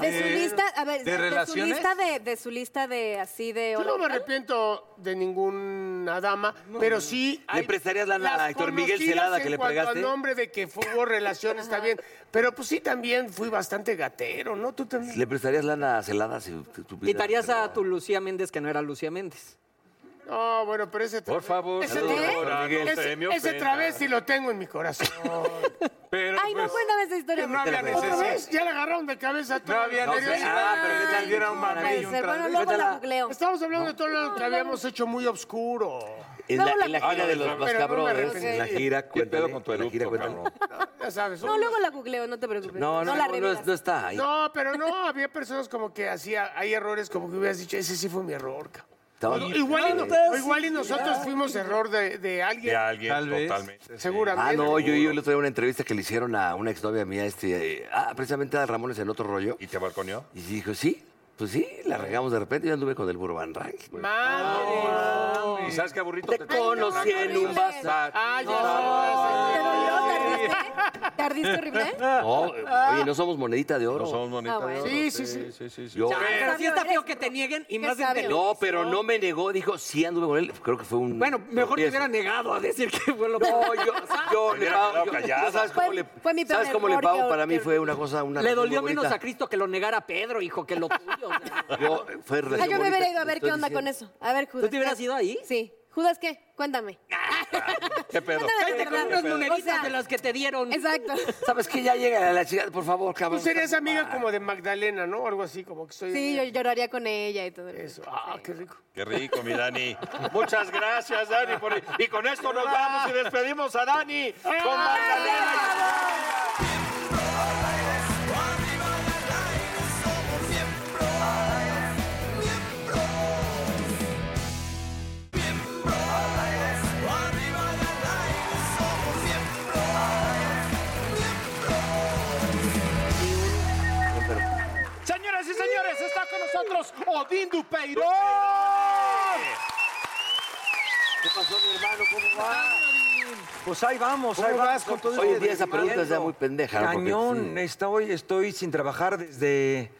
[SPEAKER 6] De su lista, a
[SPEAKER 7] ¿De
[SPEAKER 6] ver, de, de su
[SPEAKER 7] relaciones?
[SPEAKER 6] lista de, de su lista de Ah, así de
[SPEAKER 2] Yo no me
[SPEAKER 6] hola, ¿qué tal?
[SPEAKER 2] arrepiento de ninguna dama, pero sí.
[SPEAKER 3] ¿Le
[SPEAKER 2] hay-
[SPEAKER 3] prestarías lana a
[SPEAKER 2] las
[SPEAKER 3] Héctor Miguel
[SPEAKER 2] conocidas
[SPEAKER 3] Celada que
[SPEAKER 2] en
[SPEAKER 3] le
[SPEAKER 2] cuanto
[SPEAKER 3] pegaste?
[SPEAKER 2] A nombre de que hubo relación, está bien. Pero pues sí, también fui bastante gatero, ¿no? Tú también.
[SPEAKER 3] ¿Le prestarías lana a Celada si tu- tu-
[SPEAKER 5] Quitarías a tu Lucía Méndez que no era Lucía Méndez.
[SPEAKER 2] No, bueno, pero ese...
[SPEAKER 4] Por favor,
[SPEAKER 2] ese,
[SPEAKER 4] no, no,
[SPEAKER 2] ese-
[SPEAKER 4] no se me
[SPEAKER 2] ese
[SPEAKER 4] ofenda.
[SPEAKER 2] travesti lo tengo en mi corazón.
[SPEAKER 4] Pero,
[SPEAKER 6] Ay, no,
[SPEAKER 4] pues,
[SPEAKER 6] cuéntame esa historia.
[SPEAKER 7] no había
[SPEAKER 2] ¿Otra vez?
[SPEAKER 7] necesidad.
[SPEAKER 2] Ya le agarraron de cabeza todo.
[SPEAKER 7] No había
[SPEAKER 2] lo anterior.
[SPEAKER 7] necesidad. Ah, pero que tal hubiera un
[SPEAKER 6] No puede
[SPEAKER 7] maravillo, un
[SPEAKER 6] ser. Bueno,
[SPEAKER 7] trans-
[SPEAKER 6] luego la googleo.
[SPEAKER 2] Estamos hablando de todo lo que habíamos hecho muy oscuro.
[SPEAKER 3] En la, en la
[SPEAKER 4] Ah,
[SPEAKER 3] gira
[SPEAKER 4] no,
[SPEAKER 3] de
[SPEAKER 4] no,
[SPEAKER 3] los
[SPEAKER 4] no,
[SPEAKER 3] Vasca
[SPEAKER 2] pero no me
[SPEAKER 3] Brothers,
[SPEAKER 2] arrepentí.
[SPEAKER 3] en la gira,
[SPEAKER 4] ¿Qué
[SPEAKER 3] cuéntale,
[SPEAKER 4] pedo con tu
[SPEAKER 3] en la gira,
[SPEAKER 4] eructo,
[SPEAKER 3] cuéntale.
[SPEAKER 4] cabrón?
[SPEAKER 2] Ya sabes.
[SPEAKER 6] No, luego la googleo, no te preocupes.
[SPEAKER 3] No, no,
[SPEAKER 6] la
[SPEAKER 3] no, no,
[SPEAKER 6] revelas.
[SPEAKER 3] no está ahí.
[SPEAKER 2] No, pero no, había personas como que hacía, hay errores como que hubieras dicho, ese sí fue mi error, cabrón.
[SPEAKER 3] Estaba-
[SPEAKER 2] O- Igual y, no- o igual y nosotros fuimos error de, de alguien,
[SPEAKER 4] De alguien,
[SPEAKER 7] Tal vez.
[SPEAKER 4] totalmente.
[SPEAKER 2] seguramente.
[SPEAKER 3] Ah, no, yo, yo le traía una entrevista que le hicieron a una exnovia mía, este, eh, ah, precisamente a Ramones en otro rollo.
[SPEAKER 4] ¿Y te balconeó?
[SPEAKER 3] Y dijo, sí, pues sí, la regamos de repente. Yo anduve con el Burban Rank.
[SPEAKER 2] Madre.
[SPEAKER 4] ¿Y sabes qué aburrido?
[SPEAKER 3] Te conocí en un bazar.
[SPEAKER 2] Ah, ya
[SPEAKER 6] ¿Te dolió? ¿Tardiste? ¿Tardiste horrible?
[SPEAKER 3] [laughs] No, eh, oye, no somos monedita de oro.
[SPEAKER 4] No somos monita
[SPEAKER 6] Ah,
[SPEAKER 4] de
[SPEAKER 6] bueno.
[SPEAKER 4] oro,
[SPEAKER 2] Sí, sí, sí.
[SPEAKER 4] sí, sí.
[SPEAKER 3] Yo-
[SPEAKER 5] Pero sí
[SPEAKER 6] Sabio
[SPEAKER 5] está feo
[SPEAKER 6] eres,
[SPEAKER 5] que te nieguen y
[SPEAKER 6] Qué
[SPEAKER 5] más en
[SPEAKER 6] sabio.
[SPEAKER 5] tele-
[SPEAKER 3] No, pero no me negó, dijo, sí anduve con él. Creo que fue un...
[SPEAKER 5] Bueno, mejor te
[SPEAKER 3] tropiezo.
[SPEAKER 5] hubiera negado a decir que fue lo que...
[SPEAKER 3] No, yo,
[SPEAKER 5] [laughs]
[SPEAKER 3] yo
[SPEAKER 4] Me
[SPEAKER 3] le
[SPEAKER 4] hubiera
[SPEAKER 3] pago.
[SPEAKER 4] quedado
[SPEAKER 3] yo-
[SPEAKER 4] callada.
[SPEAKER 3] ¿Sabes cómo
[SPEAKER 6] Fue-
[SPEAKER 3] le,
[SPEAKER 6] fue mi peor
[SPEAKER 3] ¿sabes cómo le
[SPEAKER 6] error
[SPEAKER 3] pago?
[SPEAKER 6] que-
[SPEAKER 3] Para mí
[SPEAKER 6] que-
[SPEAKER 3] fue una cosa, una
[SPEAKER 5] Le
[SPEAKER 3] relación
[SPEAKER 5] dolió
[SPEAKER 3] muy
[SPEAKER 5] menos
[SPEAKER 3] bonita.
[SPEAKER 5] a Cristo que lo negara a Pedro, hijo, que lo tuyo. o sea.
[SPEAKER 3] Yo, fue
[SPEAKER 6] O sea, yo me hubiera ido a ver qué onda con eso. A ver, Judas.
[SPEAKER 5] te hubieras
[SPEAKER 6] ¿qué?
[SPEAKER 5] ido ahí?
[SPEAKER 6] Sí. ¿Judas qué? Cuéntame.
[SPEAKER 4] ¿Qué pedo?
[SPEAKER 6] Cuéntame
[SPEAKER 5] Cállate
[SPEAKER 6] tu
[SPEAKER 5] con
[SPEAKER 6] plan.
[SPEAKER 5] unas moneditas
[SPEAKER 6] O sea,
[SPEAKER 5] de las que te dieron.
[SPEAKER 6] Exacto.
[SPEAKER 3] ¿Sabes qué? Ya llega la chica, por favor,
[SPEAKER 2] Tú
[SPEAKER 3] cabrón.
[SPEAKER 2] serías amiga como de Magdalena, ¿no? Algo así, como que soy...
[SPEAKER 6] Sí, yo lloraría con ella y todo.
[SPEAKER 2] Eso. Ah, qué rico.
[SPEAKER 4] Qué rico, mi Dani. Muchas gracias, Dani. por- Y con esto nos vamos y despedimos a Dani con Magdalena.
[SPEAKER 1] Señoras y señores, está con nosotros Odín Dupeirón.
[SPEAKER 3] ¿Qué pasó, mi hermano? ¿Cómo va?
[SPEAKER 7] Pues ahí vamos,
[SPEAKER 3] ¿Cómo
[SPEAKER 7] ahí
[SPEAKER 3] vas
[SPEAKER 7] vas
[SPEAKER 3] con
[SPEAKER 7] con todo
[SPEAKER 3] hoy en
[SPEAKER 7] este
[SPEAKER 3] día esa pregunta es ya
[SPEAKER 7] desmadre?
[SPEAKER 3] muy pendeja, ¿no? Porque
[SPEAKER 7] Cañón,
[SPEAKER 3] sí.
[SPEAKER 7] está hoy estoy sin trabajar desde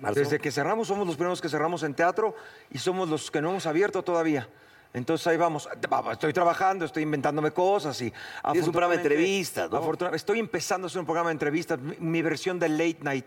[SPEAKER 3] Marzo.
[SPEAKER 7] desde que cerramos, somos los primeros que cerramos en teatro y somos los que no hemos abierto todavía. Entonces ahí vamos, estoy trabajando, estoy inventándome cosas y...
[SPEAKER 3] Tienes un programa de
[SPEAKER 7] afortunadamente-
[SPEAKER 3] entrevistas, ¿no?
[SPEAKER 7] afortuna- estoy empezando a hacer un programa de entrevistas, mi, mi versión de Late Night,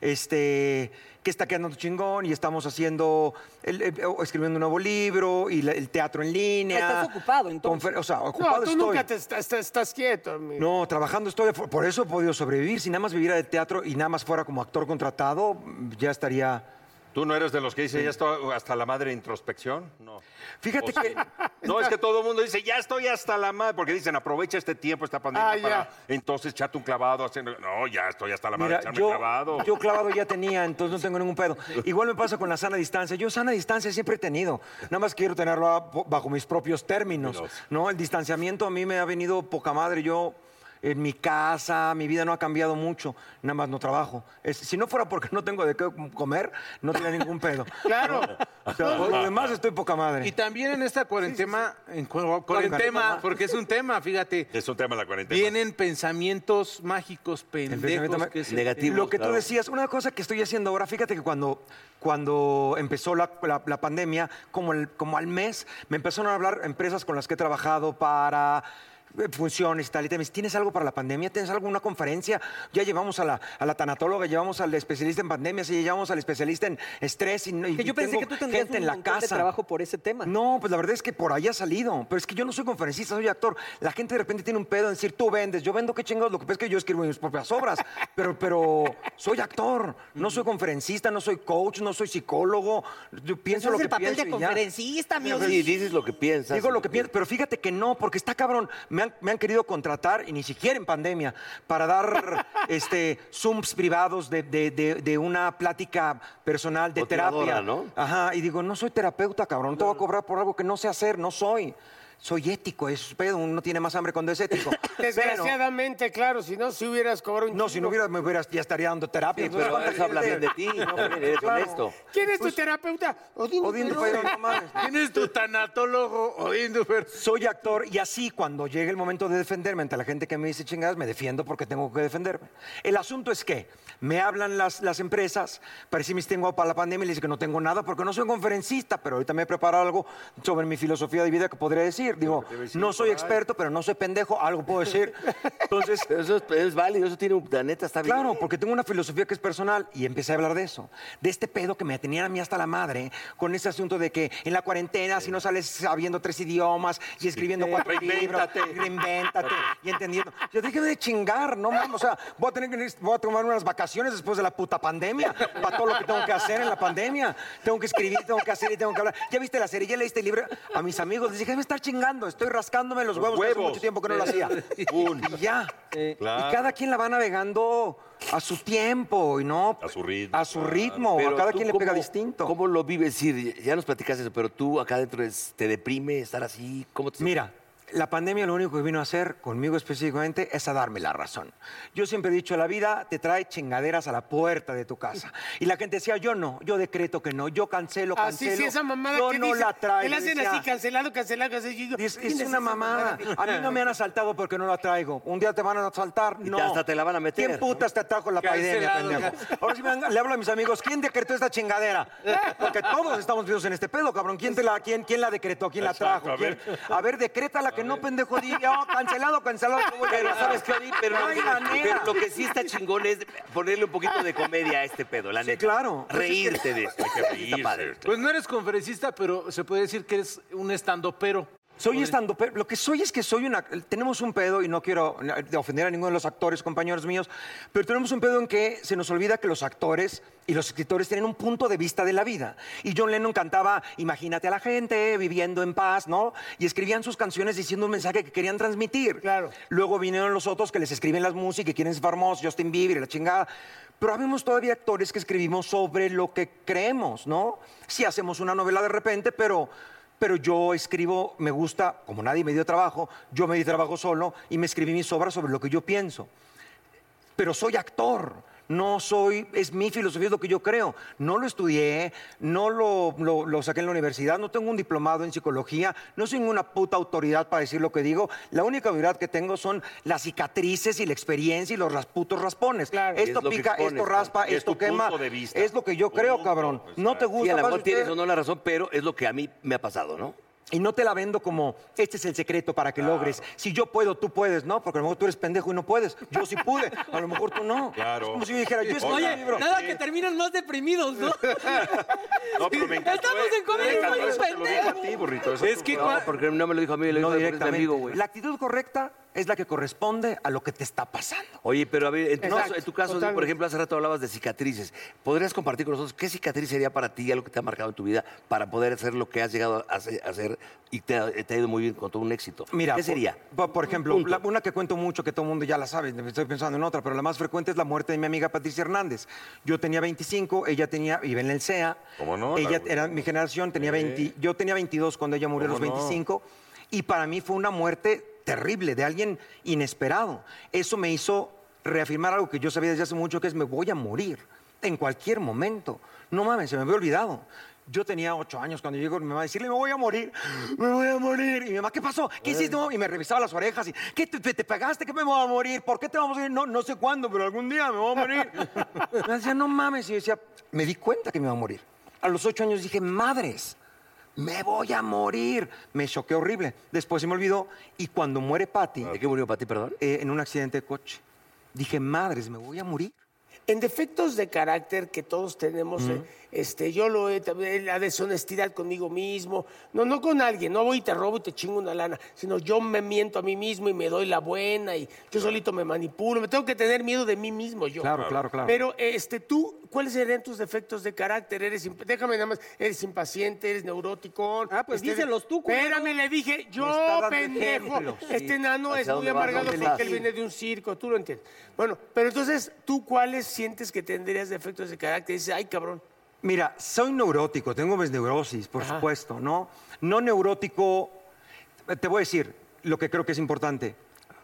[SPEAKER 7] este, que está quedando chingón y estamos haciendo, el- el- escribiendo un nuevo libro y la- el teatro en línea.
[SPEAKER 5] Estás ocupado, entonces.
[SPEAKER 7] Confer- o sea,
[SPEAKER 2] No,
[SPEAKER 7] ocupado
[SPEAKER 2] tú
[SPEAKER 7] estoy.
[SPEAKER 2] nunca te estás, estás- estás quieto. amigo.
[SPEAKER 7] No, trabajando estoy, por por eso he podido sobrevivir. Si nada más viviera de teatro y nada más fuera como actor contratado, ya estaría...
[SPEAKER 4] ¿Tú no eres de los que dice ya estoy hasta la madre de introspección? No.
[SPEAKER 7] Fíjate
[SPEAKER 4] O
[SPEAKER 7] que...
[SPEAKER 4] sea, No, es que todo el mundo dice, ya estoy hasta la madre, porque dicen, aprovecha este tiempo, esta pandemia,
[SPEAKER 2] Ah, ya.
[SPEAKER 4] para entonces echarte un clavado, hacer... No, ya estoy hasta la madre de
[SPEAKER 7] Mira,
[SPEAKER 4] echarme
[SPEAKER 7] yo
[SPEAKER 4] clavado.
[SPEAKER 7] yo clavado
[SPEAKER 4] [laughs]
[SPEAKER 7] ya tenía, entonces no tengo ningún pedo. Igual me pasa con la sana distancia. Yo sana distancia siempre he tenido. Nada más quiero tenerlo a- bajo mis propios términos. ¿no? El distanciamiento a mí me ha venido poca madre. Yo en mi casa, mi vida no ha cambiado mucho. Nada más no trabajo. Es- si no fuera porque no tengo de qué comer, no tenía ningún pedo.
[SPEAKER 2] Claro.
[SPEAKER 7] O sea, por lo demás estoy poca madre.
[SPEAKER 9] Y también en esta cuarentena, en cua- cuarentena, porque es un tema, fíjate,
[SPEAKER 4] Es un tema de la cuarentena.
[SPEAKER 9] vienen pensamientos mágicos
[SPEAKER 7] El pensamiento
[SPEAKER 9] pendejos
[SPEAKER 7] ma-
[SPEAKER 9] que se-
[SPEAKER 3] Negativos,
[SPEAKER 7] Lo que
[SPEAKER 3] claro.
[SPEAKER 7] tú decías, una cosa que estoy haciendo ahora, fíjate que cuando, cuando empezó la, la- la pandemia, como, el- como al mes, me empezaron a hablar empresas con las que he trabajado para eh, funciones y tal, y te me dicen, ¿tienes algo para la pandemia? ¿Tienes alguna conferencia? Ya llevamos a la, a la tanatóloga, llevamos al especialista en pandemias, y llevamos al especialista en estrés. Y, y
[SPEAKER 5] Que yo pensé
[SPEAKER 7] tengo
[SPEAKER 5] que tú tendrías
[SPEAKER 7] gente
[SPEAKER 5] un
[SPEAKER 7] en la
[SPEAKER 5] montón de
[SPEAKER 7] casa.
[SPEAKER 5] trabajo por ese tema.
[SPEAKER 7] No, pues la verdad es que por ahí ha salido. Pero es que yo no soy conferencista, soy actor. La gente de repente tiene un pedo en decir, tú vendes, yo vendo, qué chingados. Lo que pasa es que yo escribo mis propias obras. [laughs] Pero, pero soy actor. No soy conferencista, no soy coach, no soy psicólogo. Yo pienso lo
[SPEAKER 5] Haces
[SPEAKER 7] que
[SPEAKER 5] el papel
[SPEAKER 7] pienso
[SPEAKER 5] de
[SPEAKER 7] y ya.
[SPEAKER 5] conferencista, amigo.
[SPEAKER 3] Sí, dices lo que piensas.
[SPEAKER 7] Digo lo que pienso, pero fíjate que no, porque está cabrón. Me han, me han querido contratar, y ni siquiera en pandemia, para [laughs] dar este, Zooms privados de, de- de- de una plática personal, de
[SPEAKER 3] Motivadora,
[SPEAKER 7] terapia.
[SPEAKER 3] ¿no?
[SPEAKER 7] Ajá, y digo, no soy terapeuta, cabrón. Te voy a cobrar por algo que no sé hacer, no soy. Soy ético, es pedo. Uno tiene más hambre cuando es ético. Pero-
[SPEAKER 2] [laughs] Desgraciadamente, claro, si no, si hubieras cobrado un
[SPEAKER 7] no, si no
[SPEAKER 2] chingo.
[SPEAKER 7] hubiera, me hubieras, ya estaría dando terapia.
[SPEAKER 3] Sí, pero
[SPEAKER 7] ¿Cuánta
[SPEAKER 3] eso habla bien
[SPEAKER 7] gente?
[SPEAKER 3] de ti, no, eres
[SPEAKER 7] Claro.
[SPEAKER 3] honesto.
[SPEAKER 2] ¿Quién es tu terapeuta? Odín.
[SPEAKER 7] Pues, Odín,
[SPEAKER 2] Dupeirón.
[SPEAKER 7] pero no mames.
[SPEAKER 9] ¿Quién es tu tanatólogo, Odín Dufer?
[SPEAKER 7] Soy actor y así cuando llegue el momento de defenderme ante la gente que me dice chingadas, me defiendo porque tengo que defenderme. El asunto es que me hablan las, las empresas para decirme si tengo para la pandemia y les digo que no tengo nada porque no soy conferencista, pero ahorita me he preparado algo sobre mi filosofía de vida que podría decir. decir. Digo, no soy experto, pero no soy pendejo, algo puedo [laughs] decir. Entonces.
[SPEAKER 3] Eso Pues es, válido, eso tiene un planeta, está
[SPEAKER 7] bien. Claro, porque tengo una filosofía que es personal y empecé a hablar de eso. De este pedo que me tenían a mí hasta la madre con ese asunto de que en la cuarentena, si no sales sabiendo tres idiomas y escribiendo
[SPEAKER 9] Sí.
[SPEAKER 7] cuatro libros,
[SPEAKER 9] Reinvéntate.
[SPEAKER 7] reinvéntate y entendiendo. Yo dije de chingar, no mames. O sea, voy a tener que voy a tomar unas vacaciones después de la puta pandemia para todo lo que tengo que hacer en la pandemia. Tengo que escribir, tengo que hacer y tengo que hablar. Ya viste la serie, ya leíste el libro. A mis amigos les dije, me estar chingando, estoy rascándome los
[SPEAKER 9] Los
[SPEAKER 7] huevos. que Hace
[SPEAKER 9] huevos.
[SPEAKER 7] mucho tiempo que no lo
[SPEAKER 3] [laughs]
[SPEAKER 7] hacía. Y ya.
[SPEAKER 9] Claro.
[SPEAKER 7] Y cada quien la va navegando a su tiempo y no a su ritmo. A su ritmo. a cada quien le pega distinto.
[SPEAKER 3] ¿Cómo lo vives? Es decir, ya nos platicaste eso, pero tú acá adentro es- te deprime estar así. ¿Cómo te
[SPEAKER 7] Mira, la pandemia lo único que vino a hacer conmigo específicamente es a darme la razón. Yo siempre he dicho, la vida te trae chingaderas a la puerta de tu casa. Y la gente decía, yo no, yo decreto que no, yo cancelo,
[SPEAKER 2] Así
[SPEAKER 7] cancelo.
[SPEAKER 2] Ah, sí, esa mamada
[SPEAKER 7] yo
[SPEAKER 2] que
[SPEAKER 7] no
[SPEAKER 2] dice,
[SPEAKER 7] la traigo.
[SPEAKER 2] que la hacen
[SPEAKER 7] Decía,
[SPEAKER 2] así, cancelado, cancelado, cancelado. y yo,
[SPEAKER 7] es,
[SPEAKER 2] ¿quién
[SPEAKER 7] es una
[SPEAKER 2] esa
[SPEAKER 7] mamada. A mí no me han asaltado porque no la traigo. Un día te van a asaltar,
[SPEAKER 3] Y
[SPEAKER 7] no.
[SPEAKER 3] hasta te la van a meter,
[SPEAKER 7] ¿Quién putas te atrajo la pandemia,
[SPEAKER 3] Cancelado,
[SPEAKER 7] pendejo? Ahora sí me han- le hablo a mis amigos, ¿quién decretó esta chingadera? Porque todos estamos metidos en este pedo, cabrón. ¿Quién, te la, quién, quién la decretó? ¿Quién la
[SPEAKER 9] Exacto,
[SPEAKER 7] trajo?
[SPEAKER 9] a ver.
[SPEAKER 7] ¿Quién- A ver, decreta la que no, pendejo. Di, oh, cancelado, cancelado. yo voy a
[SPEAKER 3] Pero
[SPEAKER 7] ganar.
[SPEAKER 3] sabes qué, Odi? pero,
[SPEAKER 7] no hay manera.
[SPEAKER 3] pero lo que sí está chingón es ponerle un poquito de comedia a este pedo, la neta.
[SPEAKER 7] claro.
[SPEAKER 3] Reírte de esto. Está padre.
[SPEAKER 9] Pues no eres conferencista, pero se puede decir que eres un estandopero.
[SPEAKER 7] Soy estando, lo que soy es que soy una. Tenemos un pedo, y no quiero eh, ofender a ninguno de los actores, compañeros míos, pero tenemos un pedo en que se nos olvida que los actores y los escritores tienen un punto de vista de la vida. Y John Lennon cantaba, imagínate a la gente viviendo en paz, ¿no? Y escribían sus canciones diciendo un mensaje que querían transmitir. Claro. Luego vinieron los otros que les escriben las músicas, que quieren ser famosos, Justin Bieber, y la chingada. Pero habemos todavía actores que escribimos sobre lo que creemos, ¿no? Si hacemos una novela de repente, pero pero yo escribo, me gusta, como nadie me dio trabajo, yo me di trabajo solo y me escribí mis obras sobre lo que yo pienso. Pero soy actor, no soy, es mi filosofía, es lo que yo creo. No lo estudié, no lo, lo- lo saqué en la universidad, no tengo un diplomado en psicología, no soy ninguna puta autoridad para decir lo que digo. La única autoridad que tengo son las cicatrices y la experiencia y los ras- putos raspones.
[SPEAKER 3] Y es
[SPEAKER 7] Esto
[SPEAKER 3] lo que
[SPEAKER 7] pica,
[SPEAKER 3] expones,
[SPEAKER 7] esto raspa,
[SPEAKER 3] y es
[SPEAKER 7] esto
[SPEAKER 3] tu
[SPEAKER 7] quema.
[SPEAKER 3] punto de pues. vista.
[SPEAKER 7] Es lo que yo creo, cabrón. No te gusta.
[SPEAKER 3] Y a lo
[SPEAKER 7] pase
[SPEAKER 3] mejor
[SPEAKER 7] usted.
[SPEAKER 3] tienes o no la razón, pero es lo que a mí me ha pasado, ¿no?
[SPEAKER 7] Y no te la vendo como, este es el secreto para que logres. Si yo puedo, tú puedes, ¿no? Porque a lo mejor tú eres pendejo y no puedes. Yo sí pude, a lo mejor tú no.
[SPEAKER 4] Claro.
[SPEAKER 7] Es como si yo dijera, yo escribí
[SPEAKER 4] Oye,
[SPEAKER 7] un libro.
[SPEAKER 4] nada que
[SPEAKER 7] terminen más deprimidos, ¿no?
[SPEAKER 4] [laughs] No, pero me encantó,
[SPEAKER 7] Estamos
[SPEAKER 4] eh.
[SPEAKER 7] en Comedy
[SPEAKER 4] Me encantó
[SPEAKER 7] Club,
[SPEAKER 4] eso, te lo digo a ti, burrito. eso
[SPEAKER 7] Es
[SPEAKER 4] tú-
[SPEAKER 7] que
[SPEAKER 3] No,
[SPEAKER 7] cua-
[SPEAKER 3] porque no me lo dijo a mí, lo
[SPEAKER 7] No
[SPEAKER 3] dijo a mi amigo,
[SPEAKER 7] directamente.
[SPEAKER 3] güey.
[SPEAKER 7] La actitud correcta es la que corresponde a lo que te está pasando.
[SPEAKER 3] Oye, pero a ver, en tu,
[SPEAKER 7] Exacto,
[SPEAKER 3] caso- en tu caso,
[SPEAKER 7] totalmente.
[SPEAKER 3] por ejemplo, hace rato hablabas de cicatrices. ¿Podrías compartir con nosotros qué cicatriz sería para ti, algo que te ha marcado en tu vida, para poder hacer lo que has llegado a hacer, a hacer y te ha, te ha ido muy bien con todo un éxito?
[SPEAKER 7] Mira,
[SPEAKER 3] ¿Qué
[SPEAKER 7] por-
[SPEAKER 3] sería?
[SPEAKER 7] Por, por ejemplo, la- una que cuento mucho, que todo el mundo ya la sabe, me estoy pensando en otra, pero la más frecuente es la muerte de mi amiga Patricia Hernández. Yo tenía 25, ella tenía, iba en el CEA.
[SPEAKER 4] ¿Cómo no?
[SPEAKER 7] Ella
[SPEAKER 4] La-
[SPEAKER 7] era mi generación, tenía 20, yo tenía 22 cuando ella murió a los
[SPEAKER 4] ¿Cómo no?
[SPEAKER 7] 25, y para mí fue una muerte terrible, de alguien inesperado. Eso me hizo reafirmar algo que yo sabía desde hace mucho, que es me voy a morir en cualquier momento. No mames, se me había olvidado. Yo tenía ocho años cuando llegó mi mamá a decirle, me voy a morir, me voy a morir. Y mi mamá, ¿qué pasó? ¿Qué hiciste? mamá?" Y me revisaba las orejas y, ¿qué te, te- te pegaste? ¿Qué me voy a morir? ¿Por qué te vamos a morir? No, no sé cuándo, pero algún día me voy a
[SPEAKER 4] [laughs]
[SPEAKER 7] morir. me decía, no mames. Y yo decía, me di cuenta que me iba a morir. A los ocho años dije, madres, me voy a morir. Me choqué horrible. Después se me olvidó. Y cuando muere Patty. ¿De
[SPEAKER 3] qué murió Patty, perdón?
[SPEAKER 7] en un accidente de coche. Dije, madres, me voy a morir.
[SPEAKER 2] En defectos de carácter que todos tenemos, eh, este, yo lo he, también, la deshonestidad conmigo mismo, no, no con alguien, no voy y te robo y te chingo una lana, sino yo me miento a mí mismo y me doy la buena y yo solito me manipulo, me tengo que tener miedo de mí mismo yo.
[SPEAKER 7] Claro, claro, claro.
[SPEAKER 2] Pero este, tú, ¿cuáles serían tus defectos de carácter? Eres, imp- déjame nada más, eres impaciente, eres neurótico. Ah,
[SPEAKER 5] pues díselos tú, culero.
[SPEAKER 2] Espérame, le dije, yo
[SPEAKER 5] Me está dando
[SPEAKER 2] pendejo, [laughs]
[SPEAKER 5] ejemplos.
[SPEAKER 2] este enano
[SPEAKER 3] ¿Hacia
[SPEAKER 2] es muy
[SPEAKER 3] dónde vas?
[SPEAKER 2] amargado
[SPEAKER 3] ¿Dónde
[SPEAKER 2] porque él
[SPEAKER 3] estás?
[SPEAKER 2] viene de un circo, tú lo entiendes. Bueno, pero entonces, ¿tú cuáles sientes que tendrías defectos de carácter? Dices, ay, cabrón.
[SPEAKER 7] Mira, soy neurótico, tengo mis neurosis, por supuesto, ¿no? No neurótico, eh, te voy a decir lo que creo que es importante.